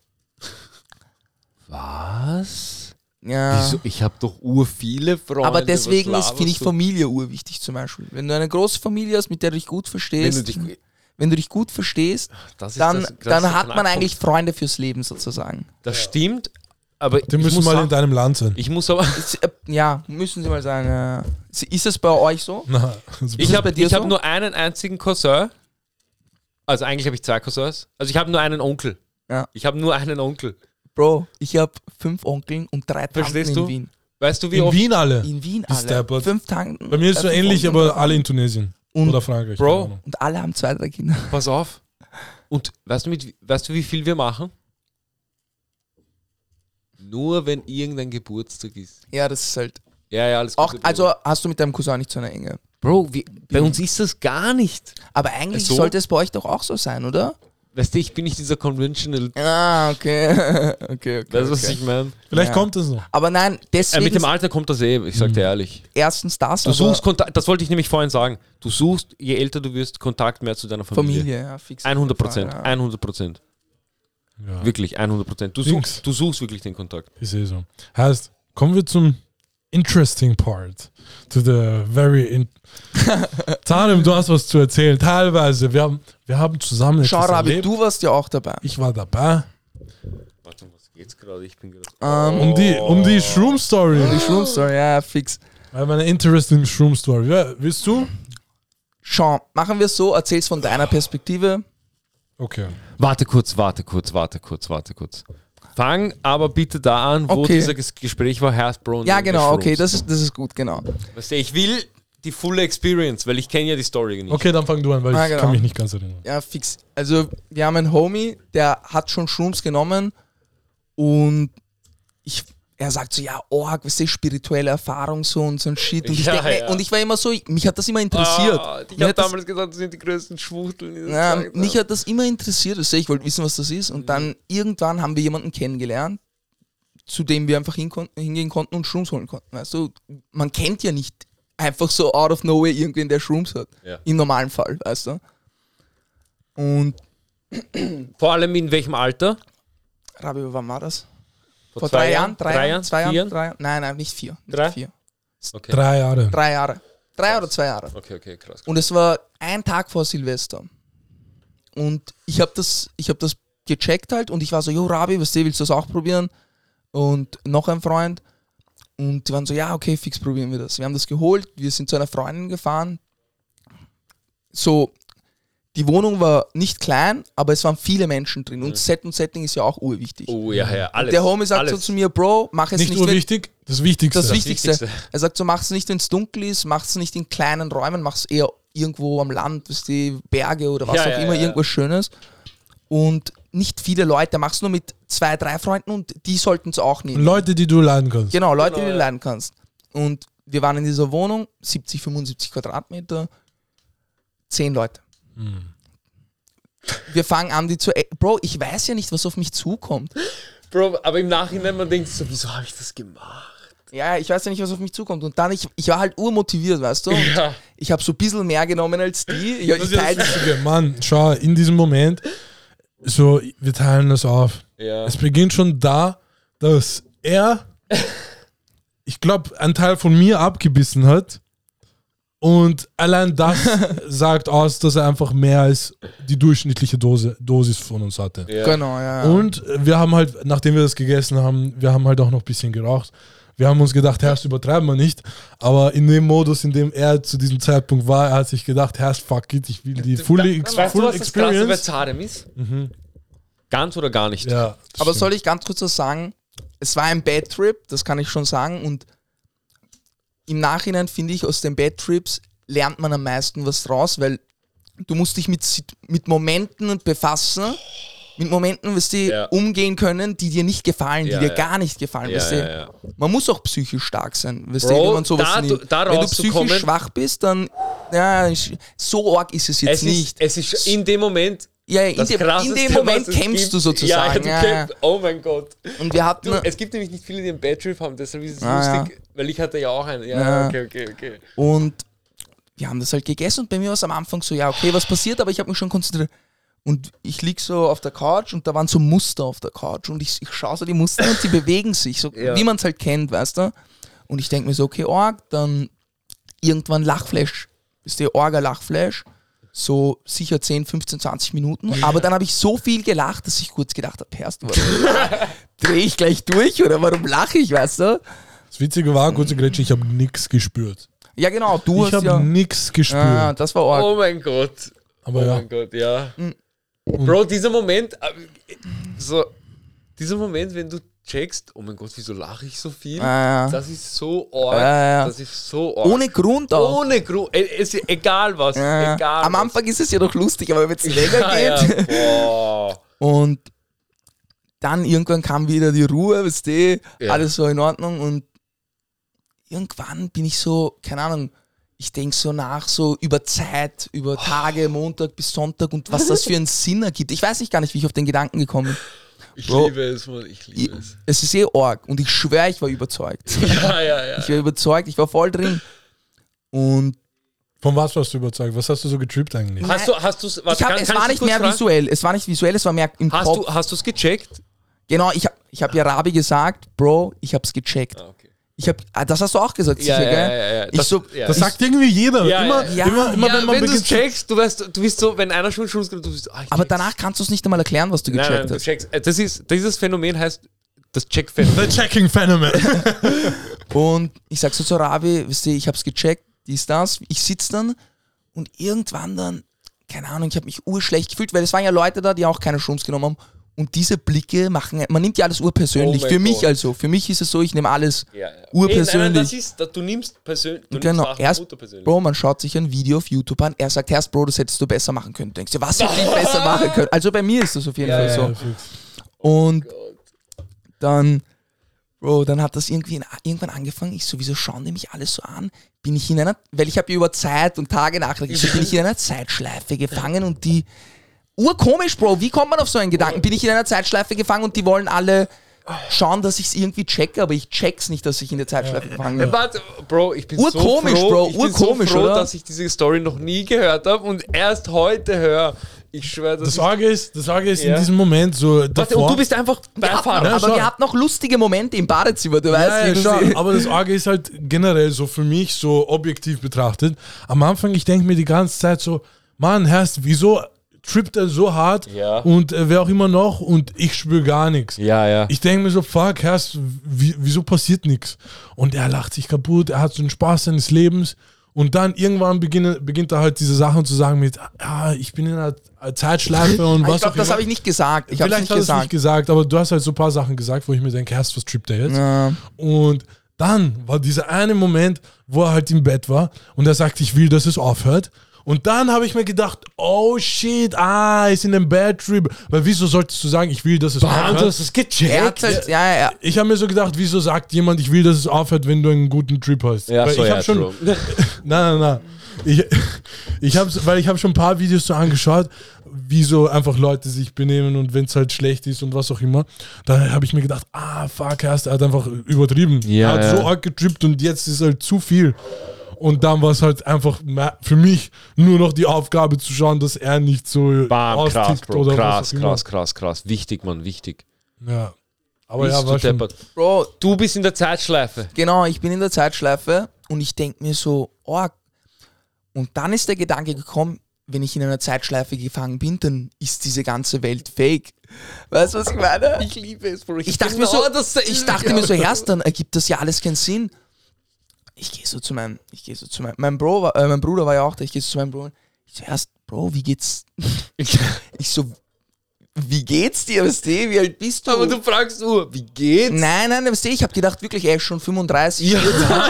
S3: Was?
S2: Ja.
S3: Wieso? Ich habe doch ur viele Freunde.
S2: Ah. Aber deswegen
S3: was
S2: ist, finde ich,
S3: laberst
S2: Familie urwichtig zum Beispiel. Wenn du eine große Familie hast, mit der du dich gut
S3: du? wenn du
S2: verstehst,
S3: dich,
S2: wenn du dich gut verstehst,
S3: das ist
S2: dann,
S3: das, das ist
S2: dann
S3: der
S2: hat man
S3: Knackpunkt.
S2: eigentlich Freunde fürs Leben sozusagen.
S3: Das stimmt, aber
S1: die
S3: ich,
S1: müssen
S3: muss
S1: mal in
S3: sagen,
S1: deinem Land sein.
S3: ich muss aber.
S2: Ist, äh, ja, müssen Sie mal sagen. ja. Ist es bei euch so?
S1: Na, also
S3: Ich habe
S2: bei dir
S3: ich hab
S2: so?
S3: nur einen einzigen Cousin. Also eigentlich habe ich zwei Cousins. Also ich habe nur einen Onkel.
S2: Ja.
S3: Ich habe nur einen Onkel.
S2: Bro, ich habe fünf Onkeln und drei Tanten
S3: Verstehst
S2: in
S3: du?
S2: Wien.
S3: Weißt du, wie
S1: in
S3: oft.
S1: Wien alle.
S2: In Wien
S1: Ist der
S2: alle.
S1: Bot.
S2: Fünf Tanten.
S1: Bei mir ist
S2: äh,
S1: so
S2: fünf
S1: ähnlich,
S2: Onkeln
S1: aber alle in Tunesien
S2: Und-
S1: oder Frankreich.
S3: Bro.
S1: keine Ahnung.
S2: Und alle haben zwei, drei Kinder.
S3: Pass auf. Und weißt du, mit, weißt du, wie viel wir machen? Nur wenn irgendein Geburtstag ist.
S2: Ja, das ist halt.
S3: Ja, ja, alles
S2: Auch,
S3: Gute, Bruder.
S2: also hast du mit deinem Cousin nicht so eine Enge.
S3: Bro, Also- wir, bei uns ist das gar nicht.
S2: Aber eigentlich
S3: So?
S2: sollte es bei euch doch auch so sein, oder?
S3: Weißt du, ich bin nicht dieser conventional.
S2: Ah, okay. okay, okay.
S3: Weißt du, was
S2: okay.
S3: ich meine?
S1: Vielleicht
S2: Ja.
S1: kommt es noch.
S2: aber nein,
S3: Äh,
S2: deswegen
S3: mit dem Alter kommt das eh, ich sag dir ehrlich.
S2: erstens das,
S3: Du
S2: Mhm. aber
S3: suchst Kontakt, das wollte ich nämlich vorhin sagen. Du suchst, je älter du wirst, Kontakt mehr zu deiner Familie.
S2: Familie, ja, fix.
S3: 100 Prozent,
S2: Ja.
S3: 100 Prozent.
S1: Ja.
S3: Wirklich, 100 Prozent. Du
S1: Links.
S3: suchst, du suchst wirklich den Kontakt.
S1: Ist eh so. Heißt, kommen wir zum interesting part. To the very in Tarim, du hast was zu erzählen. Teilweise. Wir haben, wir haben zusammen
S2: Schau, Rabi,
S1: erlebt.
S2: du warst ja auch dabei.
S1: Ich war dabei.
S3: Warte, um was geht's gerade? Ich bin gerade.
S2: Ähm,
S1: Um die, um die Shroom Story.
S2: Die Schlumpfsäure, ja, fix.
S1: Weil meine interesting Shroom Story. Ja, willst du?
S2: Sean, machen wir es so, erzähl's von deiner Perspektive.
S1: Okay.
S3: Warte kurz, warte kurz, warte kurz, warte kurz. Fang aber bitte da an, wo
S2: Okay.
S3: dieses Ges- Gespräch war, Hearthbone.
S2: Ja,
S3: und
S2: genau,
S3: Mushrooms.
S2: okay, das ist, das ist gut, genau.
S3: Weißt du, ich will die fulle Experience, weil ich kenne ja die Story nicht.
S1: Okay, dann fang du an, weil
S2: Ah,
S1: ich
S2: genau.
S1: kann mich nicht ganz erinnern.
S2: Ja, fix. Also, wir haben einen Homie, der hat schon Shrooms genommen und ich, er sagt so, ja, org, weißt du, spirituelle Erfahrung so und so ein Shit. Und, ich,
S3: Ja,
S2: denk, mir-
S3: ja.
S2: und ich war immer so, mich hat das immer interessiert.
S3: Ah, ich
S2: Mir
S3: habe
S2: hat das-
S3: damals gesagt, das sind die größten Schwuchteln. die das
S2: Ja,
S3: gesagt
S2: mich
S3: haben.
S2: hat das immer interessiert, also ich wollte wissen, was das ist. Und
S3: Mhm.
S2: dann irgendwann haben wir jemanden kennengelernt, zu dem wir einfach hinkon- hingehen konnten und Shrooms holen konnten. Weißt du, man kennt ja nicht einfach so out of nowhere irgendwen, der Shrooms hat.
S3: Ja.
S2: Im normalen Fall, weißt du. Und,
S3: Vor allem in welchem Alter?
S2: Rabbi, wann war das?
S3: Vor,
S2: drei Jahren, drei,
S3: drei
S2: Jahren, zwei
S3: vier
S2: Jahren, drei Jahren. Nein, nein, nicht vier. Nicht
S3: Drei?
S2: Vier.
S3: Okay.
S1: Drei Jahre.
S2: Drei Jahre. Drei oder zwei Jahre.
S3: okay, okay, krass.
S2: Und es war ein Tag vor Silvester. Und ich habe das, ich hab das gecheckt halt und ich war so, jo Rabi, was willst du das auch probieren? Und noch ein Freund. Und die waren so, ja, okay, fix probieren wir das. Wir haben das geholt, wir sind zu einer Freundin gefahren. So, die Wohnung war nicht klein, aber es waren viele Menschen drin. Und Set und Setting ist ja auch urwichtig.
S3: Oh ja, ja, alles.
S2: Der Homie sagt
S3: alles.
S2: so zu mir, Bro, mach es
S1: Nicht,
S2: nicht,
S1: nur
S2: wenn-
S1: wichtig, das Wichtigste.
S2: das Wichtigste.
S3: Wichtigste.
S2: Er sagt so, mach's nicht, wenn's dunkel ist, mach's nicht in kleinen Räumen, mach's eher irgendwo am Land, was die Berge oder was
S3: Ja,
S2: auch
S3: ja,
S2: immer,
S3: ja, ja.
S2: irgendwas Schönes. Und nicht viele Leute, mach's nur mit zwei, drei Freunden und die sollten's auch nehmen.
S1: Leute, die du laden kannst.
S2: Genau, Leute,
S3: Genau,
S2: die du
S3: ja.
S2: leiden kannst. Und wir waren in dieser Wohnung, 70, 75 Quadratmeter, zehn Leute. Hm. Wir fangen an, die zu. e- Bro, ich weiß ja nicht, was auf mich zukommt.
S3: Bro, aber im Nachhinein, man denkt so, wieso habe ich das gemacht?
S2: Ja, ich weiß ja nicht, was auf mich zukommt. Und dann, ich, ich war halt urmotiviert, weißt du? Und
S3: Ja.
S2: Ich habe so ein bisschen mehr genommen als die. Ich,
S1: Das
S2: ich
S1: ist ja
S2: teile
S1: das Wichtige. Mann, schau, in diesem Moment, so, wir teilen das auf.
S3: Ja.
S1: Es beginnt schon da, dass er, ich glaube, einen Teil von mir abgebissen hat. Und allein das sagt aus, dass er einfach mehr als die durchschnittliche Dose, Dosis von uns hatte.
S3: ja.
S2: Genau, ja. ja.
S1: Und wir haben halt, nachdem wir das gegessen haben, wir haben halt auch noch ein bisschen geraucht. Wir haben uns gedacht, Herrst, übertreiben wir nicht. Aber in dem Modus, in dem er zu diesem Zeitpunkt war, er hat sich gedacht, Herrst, fuck it, ich will die full, ex
S3: Weißt du,
S1: full
S3: was das Klasse bei Mhm.
S1: Experience.
S3: Zarem ist? Ganz oder gar nicht.
S1: Ja, das
S2: Aber
S1: stimmt.
S2: soll ich ganz kurz was sagen? Es war ein Bad Trip, das kann ich schon sagen. Und im Nachhinein finde ich, aus den Bad Trips lernt man am meisten was raus, weil du musst dich mit, Sit- mit Momenten befassen, mit Momenten, was die
S3: Ja.
S2: umgehen können, die dir nicht gefallen,
S3: Ja,
S2: die dir
S3: ja.
S2: gar nicht gefallen.
S3: Ja,
S2: weißt du?
S3: ja, ja.
S2: Man muss auch psychisch stark sein, weißt
S3: Bro,
S2: du, wenn man sowas
S3: da-
S2: nimmt.
S3: da
S2: wenn du
S3: rauszukommen-
S2: psychisch schwach bist, dann ja, ich- so arg ist es jetzt
S3: Es,
S2: nicht.
S3: Ist, es ist in dem Moment.
S2: Ja, in,
S3: Das
S2: dem, in
S3: krasseste,
S2: dem Moment
S3: was es
S2: kämpfst
S3: gibt.
S2: du sozusagen.
S3: Ja,
S2: Ja,
S3: du
S2: ja,
S3: kämpfst. Oh mein Gott.
S2: Und wir hatten.
S3: Du, es gibt nämlich nicht viele, die einen Badtrip haben, deshalb ist es
S2: Ah,
S3: lustig, weil ich hatte ja auch einen. Ja,
S2: Ja.
S3: okay, okay, okay.
S2: und wir haben das halt gegessen und bei mir war es am Anfang so, ja, okay, was passiert, aber ich habe mich schon konzentriert. Und ich lieg so auf der Couch und da waren so Muster auf der Couch und ich, ich schaue so die Muster an und die bewegen sich, so
S3: Ja.
S2: wie man es halt kennt, weißt du? Und ich denke mir so, okay, Org, dann irgendwann Lachflash. Ist der Orga Lachflash? So sicher 10, 15, 20 Minuten. Aber dann habe ich so viel gelacht, dass ich kurz gedacht habe, Perst, warum drehe ich gleich durch oder warum lache ich, weißt du?
S1: das Witzige war, kurze Grätsche, ich habe nichts gespürt.
S2: Ja, genau, du
S1: Ich
S2: hast
S1: habe
S2: ja.
S1: nichts gespürt.
S2: Ah, das war Org.
S3: Oh mein Gott.
S1: aber
S3: oh
S1: ja,
S3: mein Gott, ja.
S2: Hm.
S3: Bro, dieser Moment, äh, so, dieser Moment, wenn du checkst, oh mein Gott, wieso lache ich so viel?
S2: Ah, ja.
S3: Das ist so arg.
S2: Ja, ja.
S3: Das ist so arg.
S2: Ohne Grund auch.
S3: Ohne Gru e- es ist egal was.
S2: Ja,
S3: egal
S2: Am
S3: was.
S2: Anfang ist es ja noch lustig, aber wenn es länger
S3: Ja,
S2: geht.
S3: ja. Boah.
S2: Und dann irgendwann kam wieder die Ruhe, weißt du,
S3: Ja.
S2: alles so in Ordnung. Und irgendwann bin ich so, keine Ahnung, ich denke so nach, so über Zeit,
S3: Oh.
S2: über Tage, Montag bis Sonntag und was das für einen Sinn ergibt. Ich weiß nicht gar nicht, wie ich auf den Gedanken gekommen bin.
S3: Ich
S2: Bro.
S3: liebe es, Mann. Ich
S2: Ich,
S3: liebe es.
S2: es ist eh arg und ich schwöre, ich war überzeugt.
S3: Ja, ja, ja.
S2: Ich war überzeugt, ich war voll drin. Und
S1: von was warst du überzeugt? Was hast du so getrippt eigentlich?
S3: Hast du, hast du, was,
S2: ich hab, es war nicht mehr visuell, es war nicht visuell, es war mehr im
S3: Hast
S2: Kopf.
S3: du, hast du es gecheckt?
S2: Genau, ich habe ich hab ja Rabi gesagt, Bro, ich hab's gecheckt.
S3: Ah, okay.
S2: Ich hab, ah, das hast du auch gesagt,
S3: Ja,
S2: sicher,
S3: ja,
S2: gell?
S3: ja, ja.
S2: Ich
S3: Das-
S2: so,
S3: ja.
S1: Das
S2: ich,
S1: sagt irgendwie jeder.
S3: Ja,
S1: immer,
S2: ja.
S1: immer, immer, wenn man
S3: wenn du es
S1: beginnt.
S3: checkst, du weißt, du bist so, wenn einer schon Schluss gibt, du bist, ah, ich
S2: aber
S3: check's.
S2: danach kannst du es nicht einmal erklären, was du gecheckt
S3: nein, nein, du
S2: hast.
S3: checkst. Äh, Das ist, dieses Phänomen heißt das Check-Phänomen.
S1: The Checking Phenomenon.
S2: Und ich sag so zu Rabi, wisst ihr, ich hab's gecheckt, dies, das. Ich sitz dann und irgendwann dann, keine Ahnung, ich habe mich urschlecht gefühlt, weil es waren ja Leute da, die auch keine Shrooms genommen haben. Und diese Blicke machen, man nimmt ja alles urpersönlich.
S3: Oh mein
S2: für mich
S3: Gott.
S2: also, für mich ist es so, ich nehme alles
S3: Ja, ja.
S2: urpersönlich.
S3: Ey, nein, nein, das ist, da- du nimmst persönlich. Du nimmst
S2: Genau,
S3: Sachen
S2: erst,
S3: unterpersönlich.
S2: Bro, man schaut sich ein Video auf YouTube an, er sagt, erst Bro, das hättest du besser machen können. Du denkst dir, was hätte ich besser machen können? Also bei mir ist das auf jeden
S3: Ja,
S2: Fall
S3: ja, Oh
S2: so.
S1: Ja, fix.
S2: Und
S3: Gott.
S2: dann, Bro, dann hat das irgendwie in, irgendwann angefangen. Ich sowieso schauen die mich alles so an. Bin ich in einer, weil ich habe ja über Zeit und Tage nachgedacht, ich so, bin ich in einer Zeitschleife gefangen und die. Urkomisch, Bro, wie kommt man auf so einen Gedanken? Bin ich in einer Zeitschleife gefangen und die wollen alle schauen, dass ich es irgendwie checke, aber ich check's nicht, dass ich in der Zeitschleife gefangen bin.
S3: Warte, Bro, ich bin
S2: Urkomisch,
S3: so froh,
S2: Bro,
S3: ich bin
S2: urkomisch,
S3: so froh,
S2: oder?
S3: dass ich diese Story noch nie gehört habe und erst heute höre. Ich schwöre,
S1: Das
S3: das ist...
S1: Sorge ist, das Sorge ist
S3: Ja.
S1: in diesem Moment so
S3: Warte,
S1: davor.
S3: und du bist einfach Beifahrer.
S1: Ja,
S2: aber
S1: schon.
S2: wir hatten noch lustige Momente im Badezimmer, du
S1: Ja, ja,
S2: weißt. wie
S1: schon,
S2: du
S1: aber das Arge ist halt generell so für mich so objektiv betrachtet. Am Anfang, ich denke mir die ganze Zeit so, Mann, Herrst, wieso trippt er so hart
S3: Ja.
S1: und äh, wer auch immer noch und ich spüre gar nichts.
S3: Ja, ja.
S1: Ich denke mir so, fuck, Herrst, wie, wieso passiert nichts? Und er lacht sich kaputt, er hat so den Spaß seines Lebens und dann irgendwann beginnt, beginnt er halt diese Sachen zu sagen mit, ah, ich bin in einer Zeitschleife und
S2: Ah,
S1: was
S2: ich glaube,
S1: auch
S2: das
S1: immer.
S2: habe ich nicht gesagt. Ich habe es
S1: Vielleicht
S2: nicht
S1: hast du es nicht
S2: gesagt.
S1: gesagt, aber du hast halt so ein paar Sachen gesagt, wo ich mir denke, Herrst, was trippt er jetzt?
S2: Ja.
S1: Und dann war dieser eine Moment, wo er halt im Bett war und er sagt, ich will, dass es aufhört. Und dann habe ich mir gedacht, oh shit, ah, ist in einem Bad Trip. Weil wieso solltest du sagen, ich will, dass es aufhört?
S3: es
S2: Er
S3: gecheckt.
S2: hat's halt, ja, ja, ja.
S1: Ich habe mir so gedacht, wieso sagt jemand, ich will, dass es aufhört, wenn du einen guten Trip hast?
S3: Ja,
S1: weil
S3: so,
S1: ich
S3: ja,
S1: habe schon,
S3: true.
S1: Nein, nein, nein. Ich, ich hab's, weil ich habe schon ein paar Videos so angeschaut, wie so einfach Leute sich benehmen und wenn es halt schlecht ist und was auch immer. Da habe ich mir gedacht, ah, fuck, erst, er hat einfach übertrieben.
S3: Ja,
S1: er hat
S3: ja.
S1: so arg getrippt und jetzt ist halt zu viel. Und dann war es halt einfach me- für mich nur noch die Aufgabe zu schauen, dass er nicht so
S3: Bam, krass,
S1: austickt
S3: Bro.
S1: oder
S3: Krass,
S1: was auch immer.
S3: krass, krass, krass. Wichtig, Mann, wichtig.
S1: Ja. Aber
S3: Bist
S1: Oh ja,
S3: du,
S1: war schon,
S3: deppert.
S2: Bro,
S3: du bist in der Zeitschleife.
S2: genau, ich bin in der Zeitschleife und ich denke mir so, oh. Und dann ist der Gedanke gekommen, wenn ich in einer Zeitschleife gefangen bin, dann ist diese ganze Welt fake. Weißt du, was ich meine?
S3: Ich liebe es, Bro.
S2: Ich dachte mir so, ich dachte mir so, erst dann ergibt das ja alles keinen Sinn. Ich gehe so zu meinem, ich gehe so zu meinem, mein, Bro, war- äh, mein Bruder war ja auch da, ich gehe so zu meinem Bruder. Ich so, erst, Bro, wie geht's? Ich so, wie geht's dir, was Wie alt bist du?
S3: Aber du fragst nur, wie geht's?
S2: Nein, nein, weißt du, ich habe gedacht, wirklich, er ist schon 35, ja,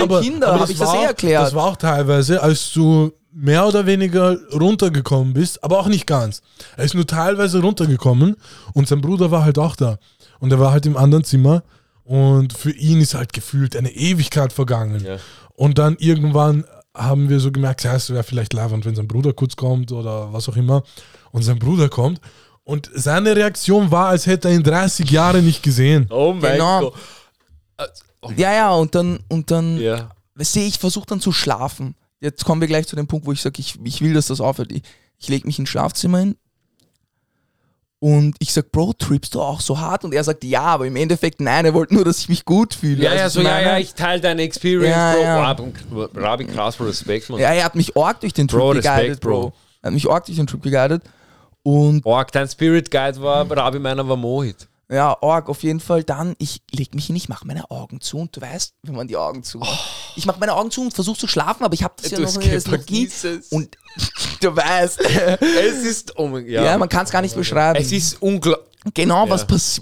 S1: aber-
S2: Kinder,
S1: aber
S2: habe ich das
S1: war
S2: eh
S1: auch-
S2: erklärt.
S1: Das war auch teilweise, als du mehr oder weniger runtergekommen bist, aber auch nicht ganz. Er ist nur teilweise runtergekommen und sein Bruder war halt auch da. Und er war halt im anderen Zimmer und für ihn ist halt gefühlt eine Ewigkeit vergangen.
S3: Ja.
S1: Und dann irgendwann haben wir so gemerkt, ja, es wäre vielleicht leibend, wenn sein Bruder kurz kommt oder was auch immer. Und sein Bruder kommt und seine Reaktion war, als hätte er ihn 30 Jahre nicht gesehen.
S3: Oh mein
S2: Genau. Oh,
S3: Gott.
S2: ja, ja, und dann, und dann,
S3: Ja.
S2: weißt du, ich versuche dann zu schlafen. Jetzt kommen wir gleich zu dem Punkt, wo ich sage, ich, ich will, dass das aufhört. Ich, ich lege mich ins Schlafzimmer hin und ich sag, Bro, trippst du auch so hart? Und er sagt, ja, aber im Endeffekt nein, er wollte nur, dass ich mich gut fühle.
S3: Ja, also ja,
S2: Weißt du,
S3: so,
S2: was
S3: ja,
S2: meine?
S3: ja, ich teile deine Experience,
S2: Ja,
S3: Bro.
S2: ja.
S3: Bro, Rabi- Rabi, krass, Bro, Respekt, Mann.
S2: ja, er hat mich arg durch den Trip
S3: Bro, Respekt,
S2: geguidet, Bro.
S3: Bro.
S2: Er hat mich arg durch den Trip geguidet und
S3: Org, dein Spirit Guide war, Rabi meiner war Mohit.
S2: Ja, Org, auf jeden Fall. Dann, ich leg mich hin, ich mache meine Augen zu und du weißt, wenn man die Augen zu macht. Ich mache meine Augen zu und versuche zu schlafen, aber ich habe das ja
S3: Oh. Du
S2: noch,
S3: Skipper,
S2: das noch nie.
S3: genieß es.
S2: Und du weißt,
S3: Es ist, oh mein
S2: ja.
S3: ja.
S2: man kann es gar nicht beschreiben.
S3: es ist unglaublich.
S2: genau,
S3: ja.
S2: was, passi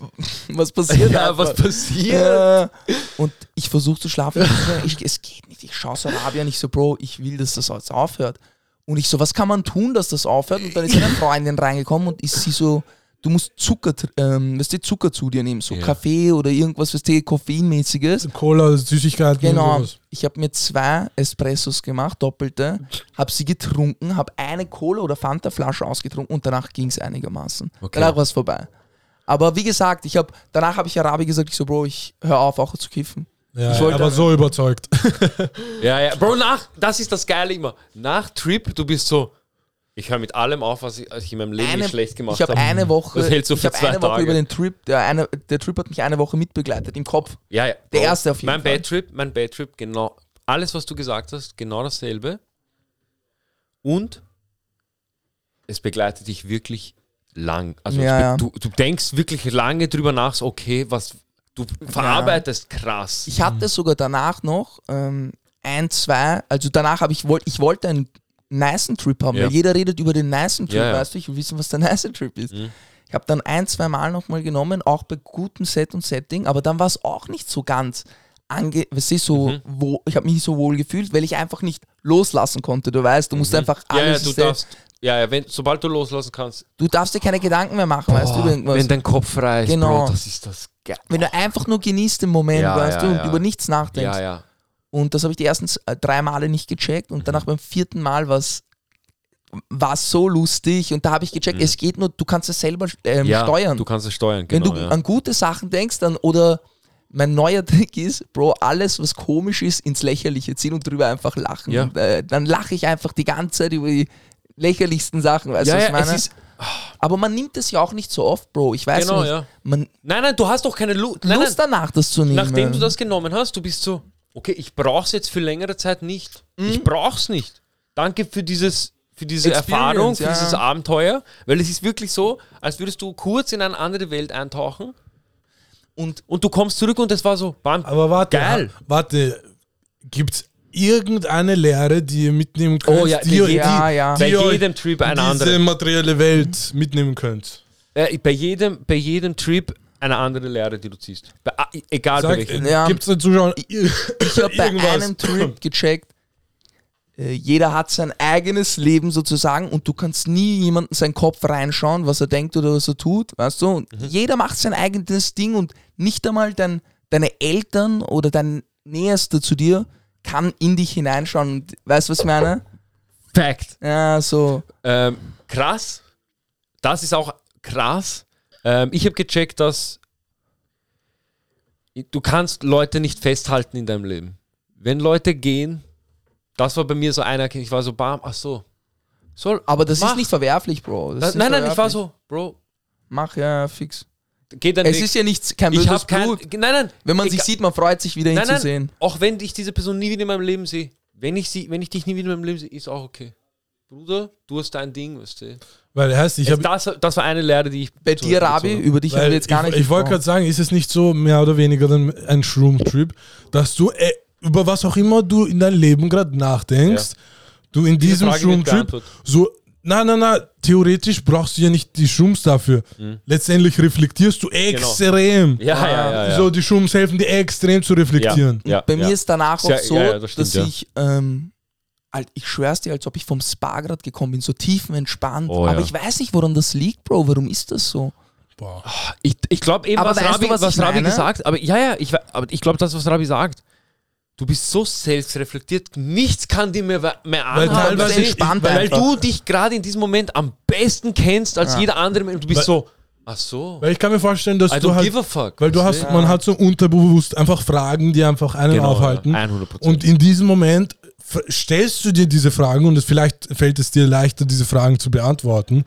S2: was passiert.
S3: Ja,
S2: einfach.
S3: was passiert?
S2: Ja. Und ich versuche zu schlafen. Ich, es geht nicht. Ich schaue so Arabia und ich so, Bro, ich will, dass das jetzt aufhört. Und ich so, was kann man tun, dass das aufhört? Und dann ist eine Freundin reingekommen und ist sie so, du musst Zucker, tr- ähm, weißt du, Zucker zu dir nehmen, so
S3: Ja.
S2: Kaffee oder irgendwas, weißt du, Koffeinmäßiges.
S1: Cola, Süßigkeiten
S2: Genau.
S1: und sowas.
S2: Ich habe mir zwei Espressos gemacht, doppelte, habe sie getrunken, habe eine Cola oder Fanta Flasche ausgetrunken und danach ging es einigermaßen.
S3: Okay.
S2: Danach war es vorbei. Aber wie gesagt, ich habe danach habe ich Arabi gesagt, ich so Bro, ich hör auf auch zu kiffen.
S1: Ja,
S2: Ich
S1: er
S2: wollte
S1: war
S2: aber-
S1: so überzeugt.
S3: Ja, ja. Bro, nach, das ist das Geile immer. Nach Trip, du bist so, ich höre mit allem auf, was ich, was ich in meinem Leben nicht schlecht gemacht
S2: ich habe eine Woche,
S3: Das hältst du
S2: ich
S3: für
S2: habe
S3: zwei
S2: eine Woche
S3: Tage.
S2: über den Trip, der eine, der Trip hat mich eine Woche mitbegleitet im Kopf.
S3: Ja, ja.
S2: Der erste auf jeden
S3: mein
S2: Fall.
S3: Bad Trip, mein Bad Trip, genau. Alles, was du gesagt hast, genau dasselbe. Und es begleitet dich wirklich lang. Also
S2: Ja, ja.
S3: es, be- du, du denkst wirklich lange drüber nach, so, okay, was du verarbeitest, krass.
S2: Ich hatte sogar danach noch ähm, ein, zwei, also danach habe ich wollt, ich wollte einen nicen Trip haben,
S3: Ja.
S2: weil jeder redet über den nicen Trip,
S3: Ja, Mhm. ja.
S2: weißt du, ich will wissen, was der nice Trip ist. Ich habe dann ein, zwei Mal nochmal genommen, auch bei gutem Set und Setting, aber dann war es auch nicht so ganz ange... Weißt du, so
S3: Mhm.
S2: wo, ich habe mich nicht so wohl gefühlt, weil ich einfach nicht loslassen konnte. Du weißt, du musst einfach
S3: Mhm. Ja, ja,
S2: alles...
S3: du
S2: selbst-
S3: darfst. Ja, ja, wenn, sobald du loslassen kannst.
S2: du darfst dir keine Gedanken mehr machen, weißt du, über irgendwas.
S3: wenn dein Kopf frei ist,
S2: Genau.
S3: Bro, das ist das geil.
S2: Wenn du einfach nur genießt den Moment,
S3: Ja,
S2: weißt
S3: ja,
S2: du, und
S3: ja.
S2: über nichts nachdenkst.
S3: Ja, ja.
S2: Und das habe ich die ersten z- äh, drei Male nicht gecheckt
S3: Mhm.
S2: und danach beim vierten Mal was war so lustig und da habe ich gecheckt, es geht nur, du kannst es selber ähm,
S3: Mhm. ja
S2: steuern.
S3: Du kannst es steuern,
S2: Wenn
S3: genau.
S2: du
S3: ja.
S2: an gute Sachen denkst, dann oder mein neuer Trick ist, Bro, alles, was komisch ist, ins Lächerliche ziehen und drüber einfach lachen.
S3: Ja.
S2: Und, äh, dann lache ich einfach die ganze Zeit über die lächerlichsten Sachen, weißt
S3: ja,
S2: du, was
S3: ja,
S2: ich meine?
S3: es ist,
S2: Aber man nimmt es ja auch nicht so oft, Bro. Ich weiß
S3: Genau,
S2: nicht.
S3: ja.
S2: Man
S3: nein, nein, du hast doch keine Lu Nein, nein,
S2: Lust danach, das zu nehmen.
S3: nachdem du das genommen hast, du bist so, okay, ich brauch's jetzt für längere Zeit nicht. Ich brauch's nicht. Danke für dieses für diese
S2: Experience,
S3: Erfahrung, für
S2: ja.
S3: dieses Abenteuer, weil es ist wirklich so, als würdest du kurz in eine andere Welt eintauchen
S2: und
S3: und du kommst zurück und es war so, bam,
S1: Aber warte,
S3: Geil.
S1: ha- warte, gibt's irgendeine Lehre, die ihr mitnehmen könnt?
S3: Oh ja,
S1: die,
S3: ja,
S1: die,
S2: ja, ja.
S1: Die
S3: bei
S1: euch
S3: jedem Trip eine
S1: diese
S3: andere.
S1: materielle Welt mitnehmen könnt.
S3: Äh, bei, jedem, bei jedem Trip eine andere Lehre, die du ziehst. Bei, ah, egal bei
S1: Sag,
S3: welchem.
S1: äh,
S2: Ja.
S1: gibt's da Zuschauer?
S2: ich habe bei
S1: Irgendwas.
S2: einem Trip gecheckt, äh, jeder hat sein eigenes Leben sozusagen und du kannst nie jemanden seinen Kopf reinschauen, was er denkt oder was er tut, weißt du?
S3: Mhm.
S2: Und jeder macht sein eigenes Ding und nicht einmal dein, deine Eltern oder dein Näherster zu dir kann in dich hineinschauen. Und, weißt du, was ich meine?
S3: Fact.
S2: Ja, so.
S3: Ähm, krass. Das ist auch krass. Ähm, ich habe gecheckt, dass du kannst Leute nicht festhalten in deinem Leben. Wenn Leute gehen, das war bei mir so einer, ich war so, bam, ach so. Soll,
S2: Aber das
S3: mach.
S2: ist nicht verwerflich, Bro. Das
S3: Das,
S2: ist
S3: nein, nein, ich war
S2: verwerflich.
S3: so, Bro,
S2: Mach ja fix.
S3: geh deinen
S2: Es
S3: Weg.
S2: ist ja nichts, kein
S3: ich
S2: böses
S3: habe kein,
S2: Blut.
S3: nein, nein.
S2: Wenn man sich
S3: egal-
S2: sieht, man freut sich wieder ihn
S3: nein,
S2: zu
S3: nein,
S2: sehen.
S3: Auch wenn ich diese Person nie wieder in meinem Leben sehe, wenn ich sie, wenn ich dich nie wieder in meinem Leben sehe, ist auch okay. Bruder, du hast dein Ding, weißt du.
S1: Weil heißt, ich habe
S3: Das, das war eine Lehre, die ich
S2: Bei
S3: zu-
S2: dir,
S3: dazu
S2: Rabi,
S3: habe.
S2: über dich haben
S1: Weil
S2: wir jetzt gar
S1: ich,
S2: nicht
S1: Ich wollte gerade
S2: gesprochen.
S1: sagen, ist es nicht so mehr oder weniger dann ein Shroom-Trip, dass du äh, über was auch immer du in deinem Leben gerade nachdenkst, du in diesem
S3: Frage wird
S1: Shroom-Trip
S3: beantwortet.
S1: so, na, na, na, theoretisch brauchst du ja nicht die Shrooms dafür. Letztendlich reflektierst du extrem.
S3: Hm. Genau. Ja, ja, ja. ja.
S1: Ah, So, die Shrooms helfen dir extrem zu reflektieren.
S3: Ja, ja,
S2: Bei
S3: ja.
S2: mir ist danach auch
S3: Ja,
S2: so,
S3: ja, ja, das stimmt,
S2: dass
S3: ja.
S2: ich, ähm, halt, ich schwör's dir, als ob ich vom Spa gerade gekommen bin, so tiefenentspannt.
S3: Oh,
S2: Aber
S3: ja.
S2: ich weiß nicht, woran das liegt, Bro. Warum ist das so?
S1: Boah.
S3: Ich, ich glaube eben,
S2: Aber
S3: was
S2: weißt
S3: Rabi,
S2: du, was
S3: was
S2: ich
S3: Rabi
S2: meine?
S3: gesagt aber ja, ja, ich, we- aber ich glaube, das, was Rabi sagt, du bist so selbstreflektiert, nichts kann dir mehr, mehr anhaben,
S1: teilweise
S3: weil-
S2: entspannt
S3: weil,
S2: einfach.
S3: du dich gerade in diesem Moment am besten kennst als jeder andere Mensch. Du
S1: Ah.
S3: bist
S1: Weil-
S3: so, ach so,
S1: Weil ich kann mir vorstellen, dass
S3: I
S1: du
S3: don't
S1: halt,
S3: give a fuck.
S1: weil du hast,
S3: weißt
S1: man hat so unterbewusst einfach Fragen, die einfach einen
S3: Genau, ja,
S1: aufhalten.
S3: 100%.
S1: Und in diesem Moment f- stellst du dir diese Fragen und es, vielleicht fällt es dir leichter, diese Fragen zu beantworten.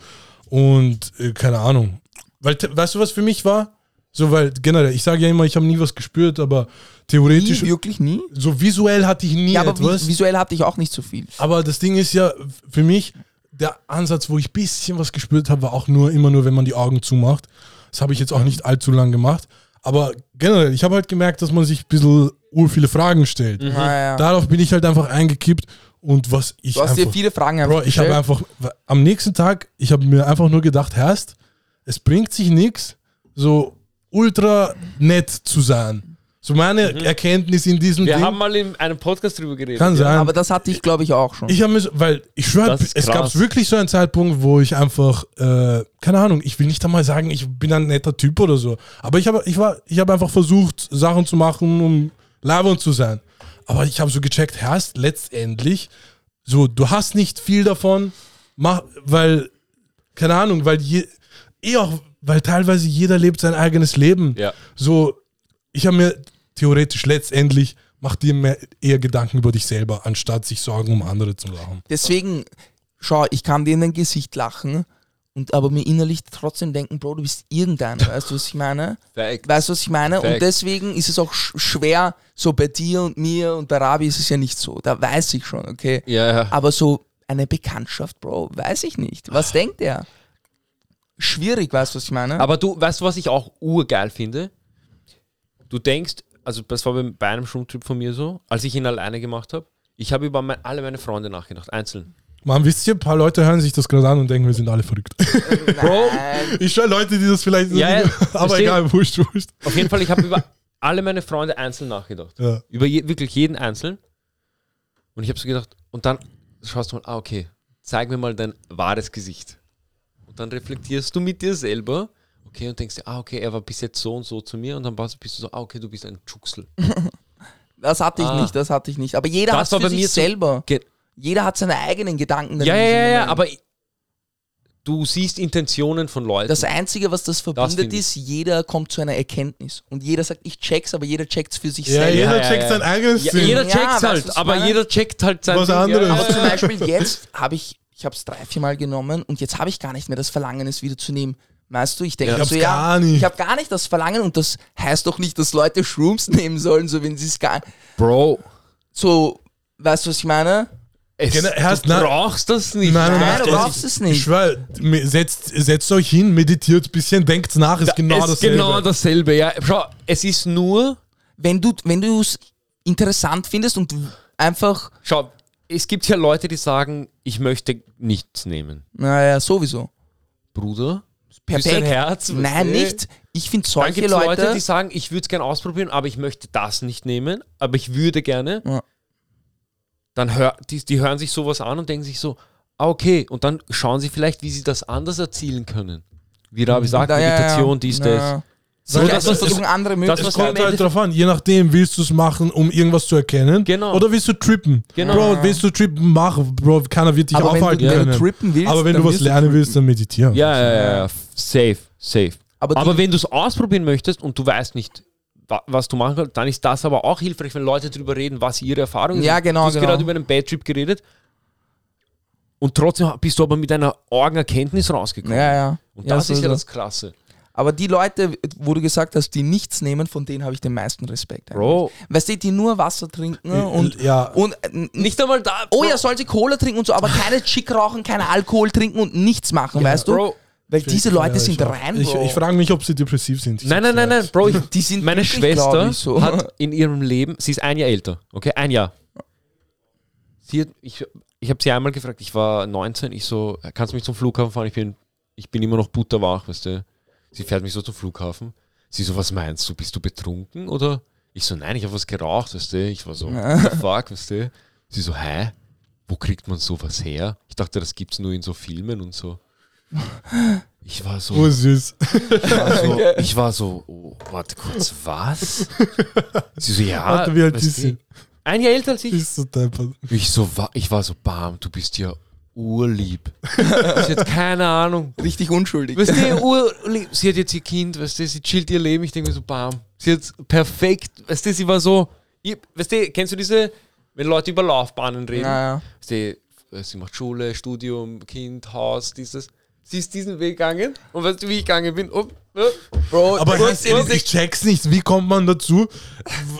S1: Und äh, keine Ahnung. Weil, te- weißt du, was für mich war? So, weil generell, ich sage ja immer, ich habe nie was gespürt, aber
S2: Nie,
S1: theoretisch,
S2: wirklich nie?
S1: so visuell hatte ich nie
S2: Ja, aber
S1: etwas.
S2: vi- visuell hatte ich auch nicht so viel.
S1: Aber das Ding ist ja für mich, der Ansatz, wo ich ein bisschen was gespürt habe, war auch nur immer nur, wenn man die Augen zumacht. Das habe ich jetzt auch nicht allzu lang gemacht. Aber generell, ich habe halt gemerkt, dass man sich ein bisschen ur viele Fragen stellt.
S2: Naja.
S1: Darauf bin ich halt einfach eingekippt und was ich
S2: Mhm. du hast dir
S1: einfach...
S2: viele Fragen einfach
S1: Bro, ich habe
S2: gestellt.
S1: einfach... Am nächsten Tag, ich habe mir einfach nur gedacht, Herst, es bringt sich nichts, so ultra nett zu sein. So
S2: Mhm.
S1: meine Erkenntnis in diesem
S3: Wir
S1: Ding
S3: haben mal in einem Podcast drüber geredet.
S1: kann sein.
S2: Aber das hatte ich, glaube ich, auch schon.
S1: Ich habe mir, so, weil ich schwöre,
S3: Das ist
S1: es gab
S3: krass.
S1: wirklich so einen Zeitpunkt, wo ich einfach, äh, keine Ahnung, ich will nicht einmal sagen, ich bin ein netter Typ oder so, aber ich habe, ich war, ich habe einfach versucht, Sachen zu machen, um labern zu sein. Aber ich habe so gecheckt, hast letztendlich, so, du hast nicht viel davon, mach, weil, keine Ahnung, weil je, eh auch, weil teilweise jeder lebt sein eigenes Leben.
S3: Ja.
S1: So, ich habe mir theoretisch letztendlich macht dir mehr, eher Gedanken über dich selber, anstatt sich Sorgen um andere zu machen.
S2: Deswegen, schau, ich kann dir in dein Gesicht lachen und aber mir innerlich trotzdem denken, Bro, du bist irgendein. Weißt du, was ich meine?
S3: Fact.
S2: Weißt du, was ich meine? Und
S3: Fact.
S2: deswegen ist es auch sch schwer, so bei dir und mir und bei Rabi ist es ja nicht so. Da weiß ich schon, okay.
S3: Ja, ja.
S2: Aber so eine Bekanntschaft, Bro, weiß ich nicht. Was denkt er? Schwierig, weißt du, was ich meine?
S3: Aber du, weißt du, was ich auch urgeil finde? Du denkst, also das war beim- bei einem Schwimmtrip von mir so, als ich ihn alleine gemacht habe, ich habe über me alle meine Freunde nachgedacht, einzeln.
S1: Man, wisst ihr, ein paar Leute hören sich das gerade an und denken, wir sind alle verrückt.
S3: Bro,
S2: Nein,
S1: Ich schau Leute, die das vielleicht.
S3: Ja, ja,
S1: aber
S3: verstehe.
S1: egal, wurscht, wurscht.
S3: auf jeden Fall, ich habe über alle meine Freunde einzeln nachgedacht.
S1: Ja.
S3: Über je, wirklich jeden einzeln. Und ich habe so gedacht, und dann schaust du mal, ah, okay, zeig mir mal dein wahres Gesicht. Und dann reflektierst du mit dir selber, okay, und denkst dir, ah, okay, er war bis jetzt so und so zu mir. Und dann warst, bist du so, ah, okay, du bist ein Schuxel.
S2: das hatte ich
S3: Ah.
S2: nicht, das hatte ich nicht. Aber jeder hat
S3: Das
S2: für
S3: war bei
S2: sich
S3: mir so-
S2: selber.
S3: Ge-
S2: Jeder hat seine eigenen Gedanken.
S3: Ja, ja,
S2: in diesem
S3: ja, ja,
S2: Moment.
S3: aber du siehst Intentionen von Leuten.
S2: Das Einzige, was das verbindet,
S3: finde ich.
S2: ist, jeder kommt zu einer Erkenntnis. Und jeder sagt, ich check's, aber jeder checkt's für sich
S1: Ja,
S2: selber.
S1: jeder
S3: ja,
S1: checkt
S3: ja.
S1: sein eigenes
S3: ja,
S1: Sinn.
S3: jeder
S2: Ja,
S3: checkt
S2: weißt du, was
S3: halt,
S2: ich
S3: aber
S2: meine?
S3: jeder checkt halt sein
S1: Was
S3: Ding,
S1: anderes.
S3: Ja,
S1: Aber
S3: ja,
S2: Aber
S3: ja.
S2: Also zum Beispiel jetzt habe ich, ich habe es drei, vier Mal genommen und jetzt habe ich gar nicht mehr das Verlangen, es wieder zu nehmen. Weißt du, ich denke
S1: Ich
S2: mir
S1: hab's
S2: so, ja,
S1: gar nicht.
S2: ich habe gar nicht das Verlangen und das heißt doch nicht, dass Leute Shrooms nehmen sollen, so wenn sie es gar
S3: Bro,
S2: so, weißt du, was ich meine?
S3: es,
S1: Genau, erst
S3: du
S1: na-
S3: brauchst das nicht.
S1: Nein,
S2: Nein,
S1: nein,
S2: du
S1: das
S2: brauchst
S1: ist-
S2: es nicht.
S1: Ich schwör, me- setzt, setzt euch hin, meditiert ein bisschen, denkt nach, ist genau
S3: es ist
S1: dasselbe.
S3: genau dasselbe. Ja. Schau, es ist nur,
S2: Wenn du wenn du es interessant findest und einfach,
S3: schau, es gibt ja Leute, die sagen, ich möchte nichts nehmen.
S2: naja, sowieso.
S3: Bruder, küss dein
S2: Perfekt.
S3: Herz. was
S2: Nein,
S3: eh.
S2: nicht. Ich finde
S3: Dann
S2: solche
S3: gibt es
S2: Leute,
S3: Leute, die sagen, ich würde es gerne ausprobieren, aber ich möchte das nicht nehmen, aber ich würde gerne.
S2: Ja.
S3: Dann hör, die, die hören sich sowas an und denken sich so, ah, okay, und dann schauen sie vielleicht, wie sie das anders erzielen können. Wie Rabi sagt,
S2: Mhm. Ja, ja, ja.
S3: Meditation, dies, das.
S2: Na, So,
S1: das-
S2: das,
S1: das-
S2: versuchen andere
S3: das-
S1: Es
S3: was
S2: Möglichkeiten.
S3: wir
S1: kommt
S3: im
S1: halt
S3: Endeffekt-
S1: drauf an, je nachdem, willst du es machen, um irgendwas zu erkennen?
S3: Genau.
S1: Oder willst du trippen?
S3: Genau.
S1: Bro, willst du trippen, mach, Bro, keiner wird dich
S2: Aber wenn du,
S1: aufhalten
S2: wenn
S1: können.
S2: du trippen willst,
S1: aber wenn
S2: dann
S1: du was
S2: wirst du
S1: lernen willst, dann meditieren.
S3: Ja, ja, ja, ja. f- Safe, safe.
S2: Aber
S3: Aber,
S2: die-
S3: wenn du es ausprobieren möchtest und du weißt nicht, wa- was du machen kannst, dann ist das aber auch hilfreich, wenn Leute darüber reden, was ihre Erfahrungen
S2: Ja,
S3: sind.
S2: genau,
S3: Du hast
S2: genau.
S3: gerade über einen Bad Trip geredet und trotzdem bist du aber mit einer Orgenerkenntnis rausgekommen.
S2: Ja, ja.
S3: Und
S2: ja,
S3: das ist ja
S2: sowieso.
S3: das Klasse.
S2: Aber die Leute, wo du gesagt hast, die nichts nehmen, von denen habe ich den meisten Respekt. eigentlich.
S3: Bro.
S2: Weißt du, die nur Wasser trinken und,
S1: ja.
S2: und äh, nicht.
S3: Nicht einmal da.
S2: Oh ja, soll sie Cola trinken und so, aber keine Chick rauchen, keinen Alkohol trinken und nichts machen, weißt du?
S3: Bro.
S2: Weil diese Leute sind
S1: ich-
S2: rein,
S1: Ich,
S2: Bro.
S1: ich frage mich, ob sie depressiv sind. Ich
S3: Nein, nein,
S1: sag's
S3: nein,
S1: dir
S3: nein, Bro. Ich,
S2: Die sind
S3: meine
S2: wirklich, glaub
S3: Schwester
S2: ich, so.
S3: hat in ihrem Leben, sie ist ein Jahr älter, okay? Ein Jahr. Sie hat, ich ich habe sie einmal gefragt, ich war 19, ich so, kannst du mich zum Flughafen fahren? Ich bin, ich bin immer noch butterwach, weißt du? Sie fährt mich so zum Flughafen. Sie so, was meinst du? Bist du betrunken? Oder? Ich so, nein, ich habe was geraucht, weißt du? Ich war so, "What the fuck, weißt du? Sie so, hä? Wo kriegt man sowas her? Ich dachte, das gibt's nur in so Filmen und so. Ich war so.
S1: Oh, süß.
S3: So, Ich war so, oh, warte kurz, was? Sie so, ja.
S1: Warte, wie alt
S3: was
S1: ist sie?
S3: geht? Ein Jahr älter als
S1: Die
S3: ich.
S1: ist so deppert.
S3: Ich, so, wa- ich war so, bam, du bist ja urlieb. sie hat keine Ahnung.
S2: Richtig unschuldig.
S3: Weißt du, eh urlieb. Sie hat jetzt ihr Kind, weißt du, sie chillt ihr Leben. Ich denke mir so, bam. Sie hat perfekt, weißt du, sie war so, ich, weißt du, kennst du diese, wenn Leute über Laufbahnen reden?
S2: Naja.
S3: Weißt du, äh, sie macht Schule, Studium, Kind, Haus, dieses. Sie ist diesen Weg gegangen und weißt du, wie ich gegangen bin? Up, up.
S2: Bro,
S1: Aber
S2: du-
S1: ich, ich check's nicht. Wie kommt man dazu,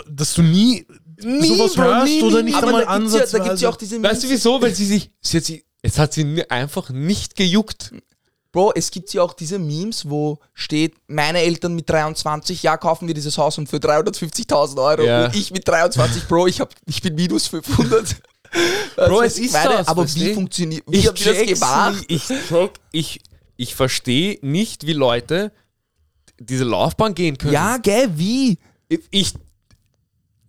S1: dass du nie,
S3: Nie,
S1: sowas
S3: Bro,
S1: hörst
S3: nie,
S1: oder
S3: nie.
S1: nicht
S2: aber
S1: einmal
S2: da gibt's ja, da gibt's
S1: ansatzweise?
S2: ja auch diese
S3: Weißt du
S2: Memes-
S3: wieso? Weil sie sich. Sie hat sie, es hat sie ni- einfach nicht gejuckt.
S2: Bro, es gibt ja auch diese Memes, wo steht, meine Eltern mit 23, ja, kaufen wir dieses Haus und für 350.000 Euro.
S3: Ja.
S2: Und ich mit 23, Bro, ich, hab, ich bin minus 500.
S3: Bro,
S2: Also,
S3: es
S2: ich
S3: ist
S2: meine,
S3: das,
S2: Aber
S3: versteh?
S2: wie funktioniert, wie habt ihr das
S3: check's nicht.
S2: gemacht?
S3: Ich check. Ich, ich verstehe nicht, wie Leute diese Laufbahn gehen können.
S2: Ja, gell, wie?
S3: Ich,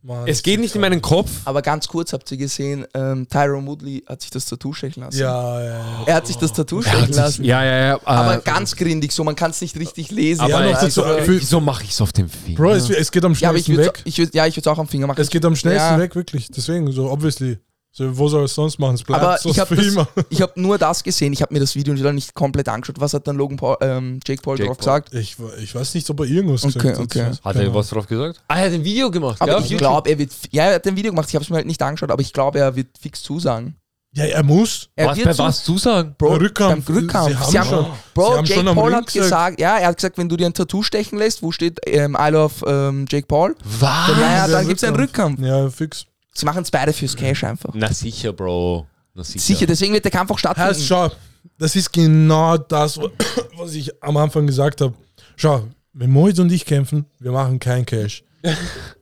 S1: Mann,
S3: es geht nicht in meinen Kopf.
S2: Aber ganz kurz habt ihr gesehen, ähm, Tyrone Woodley hat sich das Tattoo stechen lassen.
S1: Ja, ja, ja.
S2: Er hat sich das Tattoo stechen lassen.
S3: Ja, ja, ja.
S2: Aber
S3: äh,
S2: ganz grindig, so man kann es nicht richtig lesen.
S3: aber
S1: Ja, noch
S3: es ist
S1: dazu-
S3: so,
S1: für-
S3: wieso mache ich also es auf dem Finger?
S1: Bro, es, es geht am
S2: ja, aber ich
S1: schnellsten
S2: würde
S1: weg.
S2: ich würd, ja, ich würd's auch am Finger machen.
S1: Es geht am schnellsten
S2: Ja.
S1: weg, wirklich. Deswegen, so obviously. So, wo soll er es sonst machen? Es bleibt
S2: Aber
S1: so
S2: ich habe
S1: für immer.
S2: hab nur das gesehen. Ich habe mir das Video leider nicht komplett angeschaut. Was hat dann Logan Paul, ähm, Jake Paul
S3: Jake
S2: drauf
S3: Paul.
S2: gesagt?
S1: Ich, ich weiß nicht, ob er irgendwas
S2: Okay,
S1: gesagt
S2: okay.
S1: hat.
S3: Hat er
S1: Keine
S3: was drauf gesagt? Ah, er hat ein Video gemacht.
S2: Aber
S3: ja, auf
S2: ich
S3: YouTube.
S2: glaube, er wird. Ja, er hat ein Video gemacht. Ich habe es mir halt nicht angeschaut, aber ich glaube, er wird fix zusagen.
S1: Ja, er muss.
S2: Er
S3: was,
S2: wird
S3: bei was zu sagen?
S2: Bro,
S1: Rückkampf.
S2: beim Rückkampf.
S1: Sie haben schon-
S2: Bro,
S1: sie haben
S2: Jake
S1: schon am
S2: Paul
S1: Ring
S2: hat gesagt, ja, er hat gesagt, wenn du dir ein Tattoo stechen lässt, wo steht ähm, I love ähm, Jake Paul?
S1: Ah,
S3: Was?
S2: Dann, ja, ja,
S1: dieser
S2: dann gibt es einen Rückkampf.
S1: Ja, fix.
S2: Sie machen es beide fürs Cash einfach.
S3: Na sicher, Bro. Na sicher.
S2: Sicher, deswegen wird der Kampf auch
S1: Heißt,
S2: stattfinden.
S1: schau, das ist genau das, was ich am Anfang gesagt habe. Schau, wenn Moritz und ich kämpfen, wir machen kein Cash.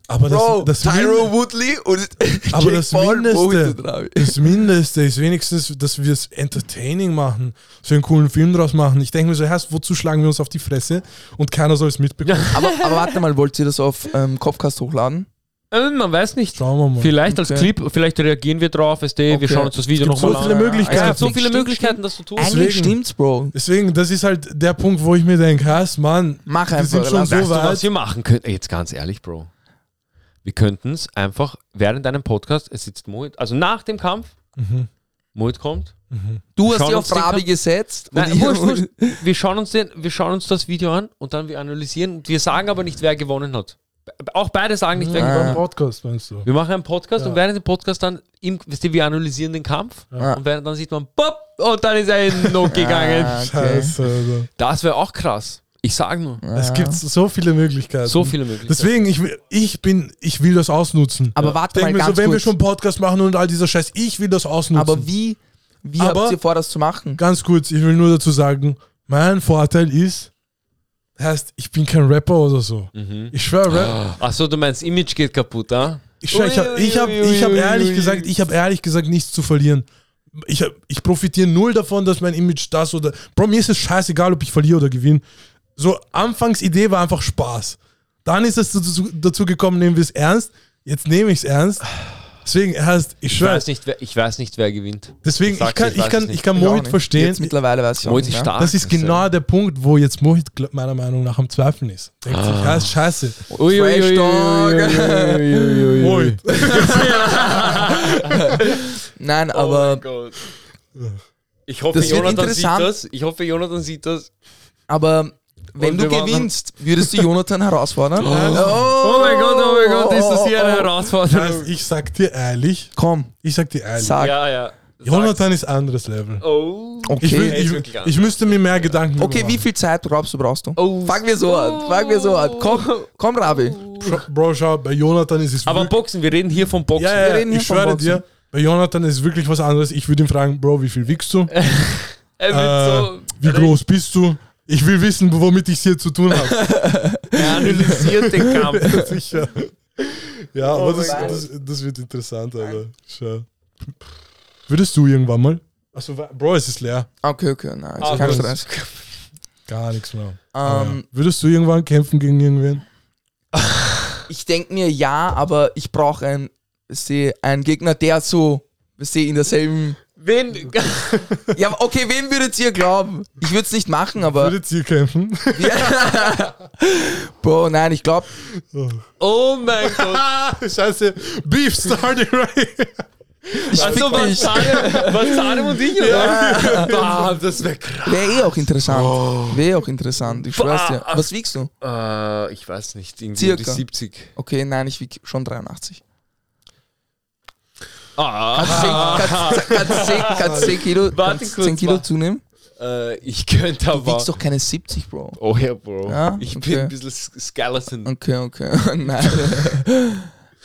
S1: Aber
S2: Bro,
S1: das, das,
S2: Tyro
S1: Min-
S2: Woodley und
S1: aber
S2: Jake
S1: das
S2: Paul,
S1: Mindeste,
S2: Bobby Drabi.
S1: das Mindeste ist wenigstens, dass wir es entertaining machen, so einen coolen Film draus machen. Ich denke mir so, Herr, wozu schlagen wir uns auf die Fresse und keiner soll es mitbekommen?
S2: Aber, aber warte mal, wollt ihr das auf ähm, Kopfkast hochladen?
S3: Äh, man weiß nicht.
S1: Schauen wir mal.
S3: Vielleicht als
S2: Okay.
S3: Clip, vielleicht reagieren wir drauf, weißt du,
S2: Okay.
S3: wir schauen uns das Video
S1: gibt
S3: nochmal
S2: Genau.
S1: so
S3: an.
S1: viele Möglichkeiten.
S3: Es gibt so
S2: Stimmt,
S3: viele
S2: stimmt,
S3: Möglichkeiten, das zu tun.
S1: Ein-
S2: Eigentlich
S1: Deswegen.
S2: stimmt's, Bro.
S1: Deswegen, das ist halt der Punkt, wo ich mir denke, Hass, Mann,
S2: Mach
S1: wir
S2: einfach,
S1: sind schon
S2: lass-
S1: so
S3: Weißt du, was
S1: weit.
S3: wir machen könnten? Ey, Jetzt ganz ehrlich, Bro. Wir könnten es einfach während einem Podcast, es sitzt Mohit, also nach dem Kampf,
S1: Mhm.
S3: Mohit kommt.
S2: Du hast
S3: Schauen
S2: dich
S3: uns
S2: auf
S3: den
S2: Rabi
S3: Kampf-
S2: gesetzt. und
S3: Nein,
S2: ich-
S3: wurscht, wurscht. Wir, schauen uns den, wir schauen uns das Video an und dann wir analysieren. Und Wir sagen aber nicht, wer gewonnen hat. Be- Auch beide sagen nicht, wer
S2: Ah.
S3: gewonnen
S1: Beim
S3: hat.
S1: Podcast, meinst du?
S3: Wir machen einen Podcast
S1: Ja.
S3: und während dem Podcast dann, im, wisst ihr, wir analysieren den Kampf.
S2: Ja.
S3: Und während dann sieht man, pop, und dann ist er in den Knock gegangen.
S1: genau.
S2: Ah, okay.
S1: Scheiße, Alter.
S3: Das wäre auch krass. Ich sag nur.
S2: Ah.
S1: Es gibt so viele Möglichkeiten.
S3: So viele Möglichkeiten.
S1: Deswegen, ich will, ich bin, ich will das ausnutzen.
S2: Aber warte
S1: Denk
S2: mal
S1: mir
S2: ganz
S1: so, wenn wir
S2: kurz.
S1: schon Podcast machen und all dieser Scheiß, ich will das ausnutzen.
S2: Aber wie, wie
S1: Aber-
S2: habt ihr vor, das zu machen?
S1: ganz kurz, ich will nur dazu sagen, mein Vorteil ist, heißt, ich bin kein Rapper oder so.
S2: Mhm.
S1: Ich schwöre,
S2: Ah.
S1: Rap,
S3: Achso, du meinst, Image geht kaputt, ah?
S1: ich schwör, ich habe ich hab, ich hab ehrlich gesagt, ich habe ehrlich gesagt nichts zu verlieren. Ich, hab- ich profitiere null davon, dass mein Image das oder. Bro, mir ist es scheißegal, ob ich verliere oder gewinne. So, Anfangsidee war einfach Spaß. Dann ist es dazu, dazu gekommen, nehmen wir es ernst. Jetzt nehme ich es ernst. Deswegen, heißt, ich
S3: Ich
S1: schwöre,
S3: weiß nicht, wer, ich weiß nicht, wer gewinnt.
S1: deswegen,
S3: Ich
S1: ich,
S3: sag's,
S1: kann,
S3: ich
S1: ich
S3: weiß es
S1: kann,
S3: nicht.
S1: ich kann
S2: Ich auch
S1: Mohit
S2: nicht.
S1: verstehen.
S2: Jetzt mittlerweile weiß ich auch
S3: Mohit ist
S2: nicht,
S3: stark.
S1: Das ist genau der Punkt, wo jetzt Mohit gl- meiner Meinung nach am Zweifeln ist. Denkt sich,
S3: Ah.
S1: ja, ist scheiße.
S2: Trash Talk.
S3: Uiuiui.
S1: Mohit.
S2: Nein,
S3: Oh
S2: aber,
S3: Ich hoffe,
S2: Das wird
S3: Jonathan sieht
S2: interessant.
S3: das. Ich hoffe, Jonathan sieht das.
S2: aber wenn
S3: Und
S2: du
S3: wir waren-
S2: gewinnst, würdest du Jonathan herausfordern?
S3: Oh mein Gott, oh mein Gott, ist das hier eine
S1: Guys,
S3: Herausforderung?
S1: ich sag dir ehrlich,
S2: Komm,
S1: ich sag dir ehrlich,
S2: sag.
S3: Ja, ja.
S1: Jonathan ist anderes Level.
S3: Oh.
S1: Ich, will,
S2: Okay.
S3: ist
S1: ich,
S3: wirklich anders.
S1: ich müsste mir mehr Gedanken
S2: Okay, wie
S1: machen.
S2: viel Zeit glaubst du, brauchst du?
S3: Oh.
S2: Fangen wir so an, fangen wir so an. Komm, komm Rabi.
S1: Sch- Bro, schau, bei Jonathan ist es
S3: Aber
S1: wirklich,
S3: Boxen, wir reden hier vom Boxen.
S1: ja, ja,
S2: wir reden
S1: ja, ich
S2: hier vom
S1: schwöre
S2: Boxen.
S1: dir, bei Jonathan ist wirklich was anderes. Ich würde ihn fragen, Bro, wie viel wiegst du?
S3: Er
S1: Äh,
S3: wird
S1: wie groß bist du? Ich will wissen, womit ich es hier zu tun habe.
S3: so
S2: Äh.
S3: er analysiert den Kampf.
S1: Sicher. Ja,
S2: Oh
S1: aber
S3: mein
S1: das,
S3: Gott.
S1: das, das wird interessant, Alter. Schau. Würdest du irgendwann mal? Achso, wa- Bro, es ist leer.
S2: Okay, okay, nein,
S3: Ah,
S2: ist kein
S1: das-
S2: Stress.
S1: Gar nichts mehr.
S2: Ähm,
S1: ja. Würdest du irgendwann kämpfen gegen irgendwen?
S2: Ich denke mir ja, aber ich brauche einen, seh, einen Gegner, der so, seh, in derselben.
S3: Wen?
S2: Ja, okay, wem würdet ihr glauben? Ich würde es nicht machen, aber.
S1: Würdet ihr kämpfen?
S2: Bro, nein, ich glaube,
S3: Oh mein Gott.
S1: Scheiße. Beef starting right.
S2: ich
S3: Also
S2: fick
S3: was
S2: dich.
S3: Zanem, was Zanem und ich, oder? Bah, das wäre krass.
S2: Wäre eh auch interessant.
S3: Oh.
S2: Wäre auch interessant. Ich schwör's dir.
S3: Bah.
S2: Was wiegst du?
S3: Äh, ich weiß nicht, irgendwie um die
S2: Circa.
S3: 70.
S2: Okay, nein, ich wieg schon 83.
S3: Ah,
S2: Zehn- Kannst kannst zehn- kannst zehn Kilo,
S3: Warte
S2: kannst
S3: kurz,
S2: zehn Kilo
S3: warte.
S2: zunehmen?
S3: äh, ich könnte
S2: Du
S3: aber...
S2: wiegst doch keine 70, Bro.
S3: oh ja, Bro.
S2: Ja,
S3: ich
S2: okay.
S3: bin ein bisschen S- Skeleton.
S2: Okay, okay. nein.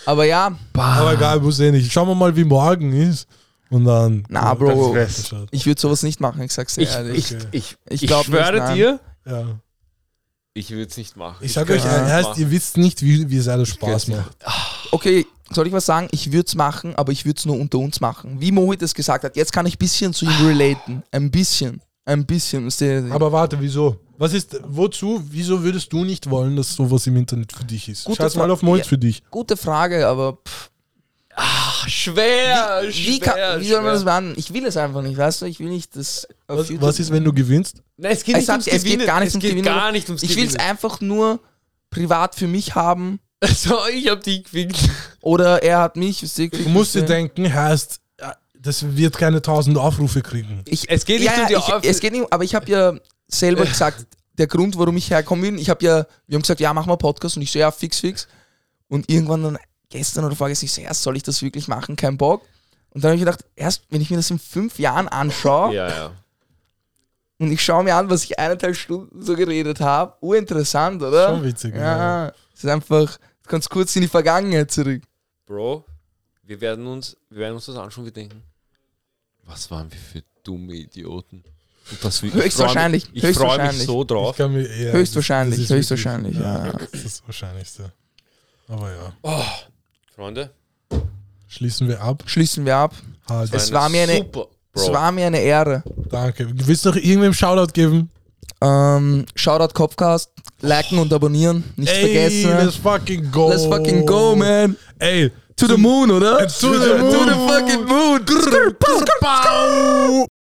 S2: aber ja,
S1: Aber egal, muss eh nicht. Schauen wir mal, wie morgen ist. Und dann.
S2: Na,
S1: Ja,
S2: Bro.
S1: ganz besser.
S2: ich würde sowas nicht machen, ich sag's dir
S3: Ich,
S2: ehrlich.
S3: ich,
S1: okay.
S3: ich,
S2: Ich
S3: ich,
S2: glaub nicht,
S3: schwöre
S2: nein.
S3: dir,
S1: Ja.
S3: ich würde es nicht machen.
S1: Ich sag euch,
S3: könnte es
S2: Ja.
S1: er
S3: nicht
S1: heißt,
S3: machen.
S1: ihr wisst nicht, wie, wie sehr das Spaß
S3: könnte-
S1: macht.
S2: Okay, soll ich was sagen? Ich würde es machen, aber ich würde es nur unter uns machen. Wie Mohit es gesagt hat, jetzt kann ich ein bisschen zu ihm relaten. Ein bisschen. Ein bisschen. Ist der-
S1: Aber warte, wieso? Was ist, wozu, wieso würdest du nicht wollen, dass sowas im Internet für dich ist?
S2: Gute
S1: Scheiß mal
S2: Fra-
S1: auf Moritz
S2: Ja.
S1: für dich.
S2: Gute Frage, aber pff,
S3: Ach, schwer, schwer,
S2: wie, kann, wie soll man das
S3: schwer.
S2: machen? Ich will es einfach nicht, weißt du? Ich will nicht das. auf
S1: Was,
S2: YouTube-
S1: was ist, wenn du gewinnst?
S3: Nein, es geht
S2: Ich
S3: nicht
S2: sag's
S3: ums
S2: dir, es geht
S3: Gewinnen.
S2: gar nicht
S3: es
S2: ums
S3: geht
S2: Gewinnen.
S3: gar nicht ums
S2: Ich will es
S3: Gewinnen.
S2: einfach nur privat für mich haben.
S3: Also, ich hab dich gewinnt.
S2: Oder er hat mich. wisst ihr,
S1: Du musst dir
S2: ich-
S1: denken, heißt, ja, das wird keine tausend Aufrufe kriegen.
S2: Ich,
S3: Es geht nicht
S2: ja,
S3: um die
S2: ja,
S3: Auf-
S2: ich, Es geht nicht, aber ich habe ja selber gesagt, der Grund, warum ich herkommen bin, ich habe ja, wir haben gesagt, ja, machen wir Podcast und ich so, ja, fix, fix. Und irgendwann dann gestern oder vorgestern, ich so, ja, soll ich das wirklich machen? Kein Bock. Und dann habe ich gedacht, erst wenn ich mir das in fünf Jahren anschaue
S3: Ja, ja.
S2: und ich schaue mir an, was ich eineinhalb Stunden so geredet habe, urinteressant, oder?
S1: Schon witzig,
S2: Ja, es ist einfach, du kannst kurz in die Vergangenheit zurück.
S3: Bro, wir werden uns, wir werden uns das anschauen, wir denken, was waren wir für dumme Idioten. Und das, ich freu mich-
S2: Höchstwahrscheinlich,
S3: Ich freue mich
S2: höchstwahrscheinlich.
S3: so
S1: Ich
S3: drauf.
S1: kann mir- ja,
S2: Höchstwahrscheinlich,
S1: das- das ist
S2: höchstwahrscheinlich,
S1: wirklich-
S2: ja.
S1: Das ist das Wahrscheinlichste. Aber ja,
S3: Freunde,
S1: schließen wir ab.
S2: Schließen wir ab.
S1: Halt.
S2: Es war mir eine-
S3: super,
S2: Es
S3: Bro.
S2: war mir eine Ehre.
S1: Danke. Willst du noch irgendwem Shoutout geben?
S2: Ähm, Shoutout Kopfcast, liken und abonnieren, nicht
S1: let's
S2: vergessen.
S1: fucking go.
S2: Let's fucking go, man.
S1: Ey,
S2: To the moon,
S1: to
S2: oder?
S1: the
S2: To the
S1: moon.
S2: fucking moon. Grrr, grrr, grrr.
S1: Bau.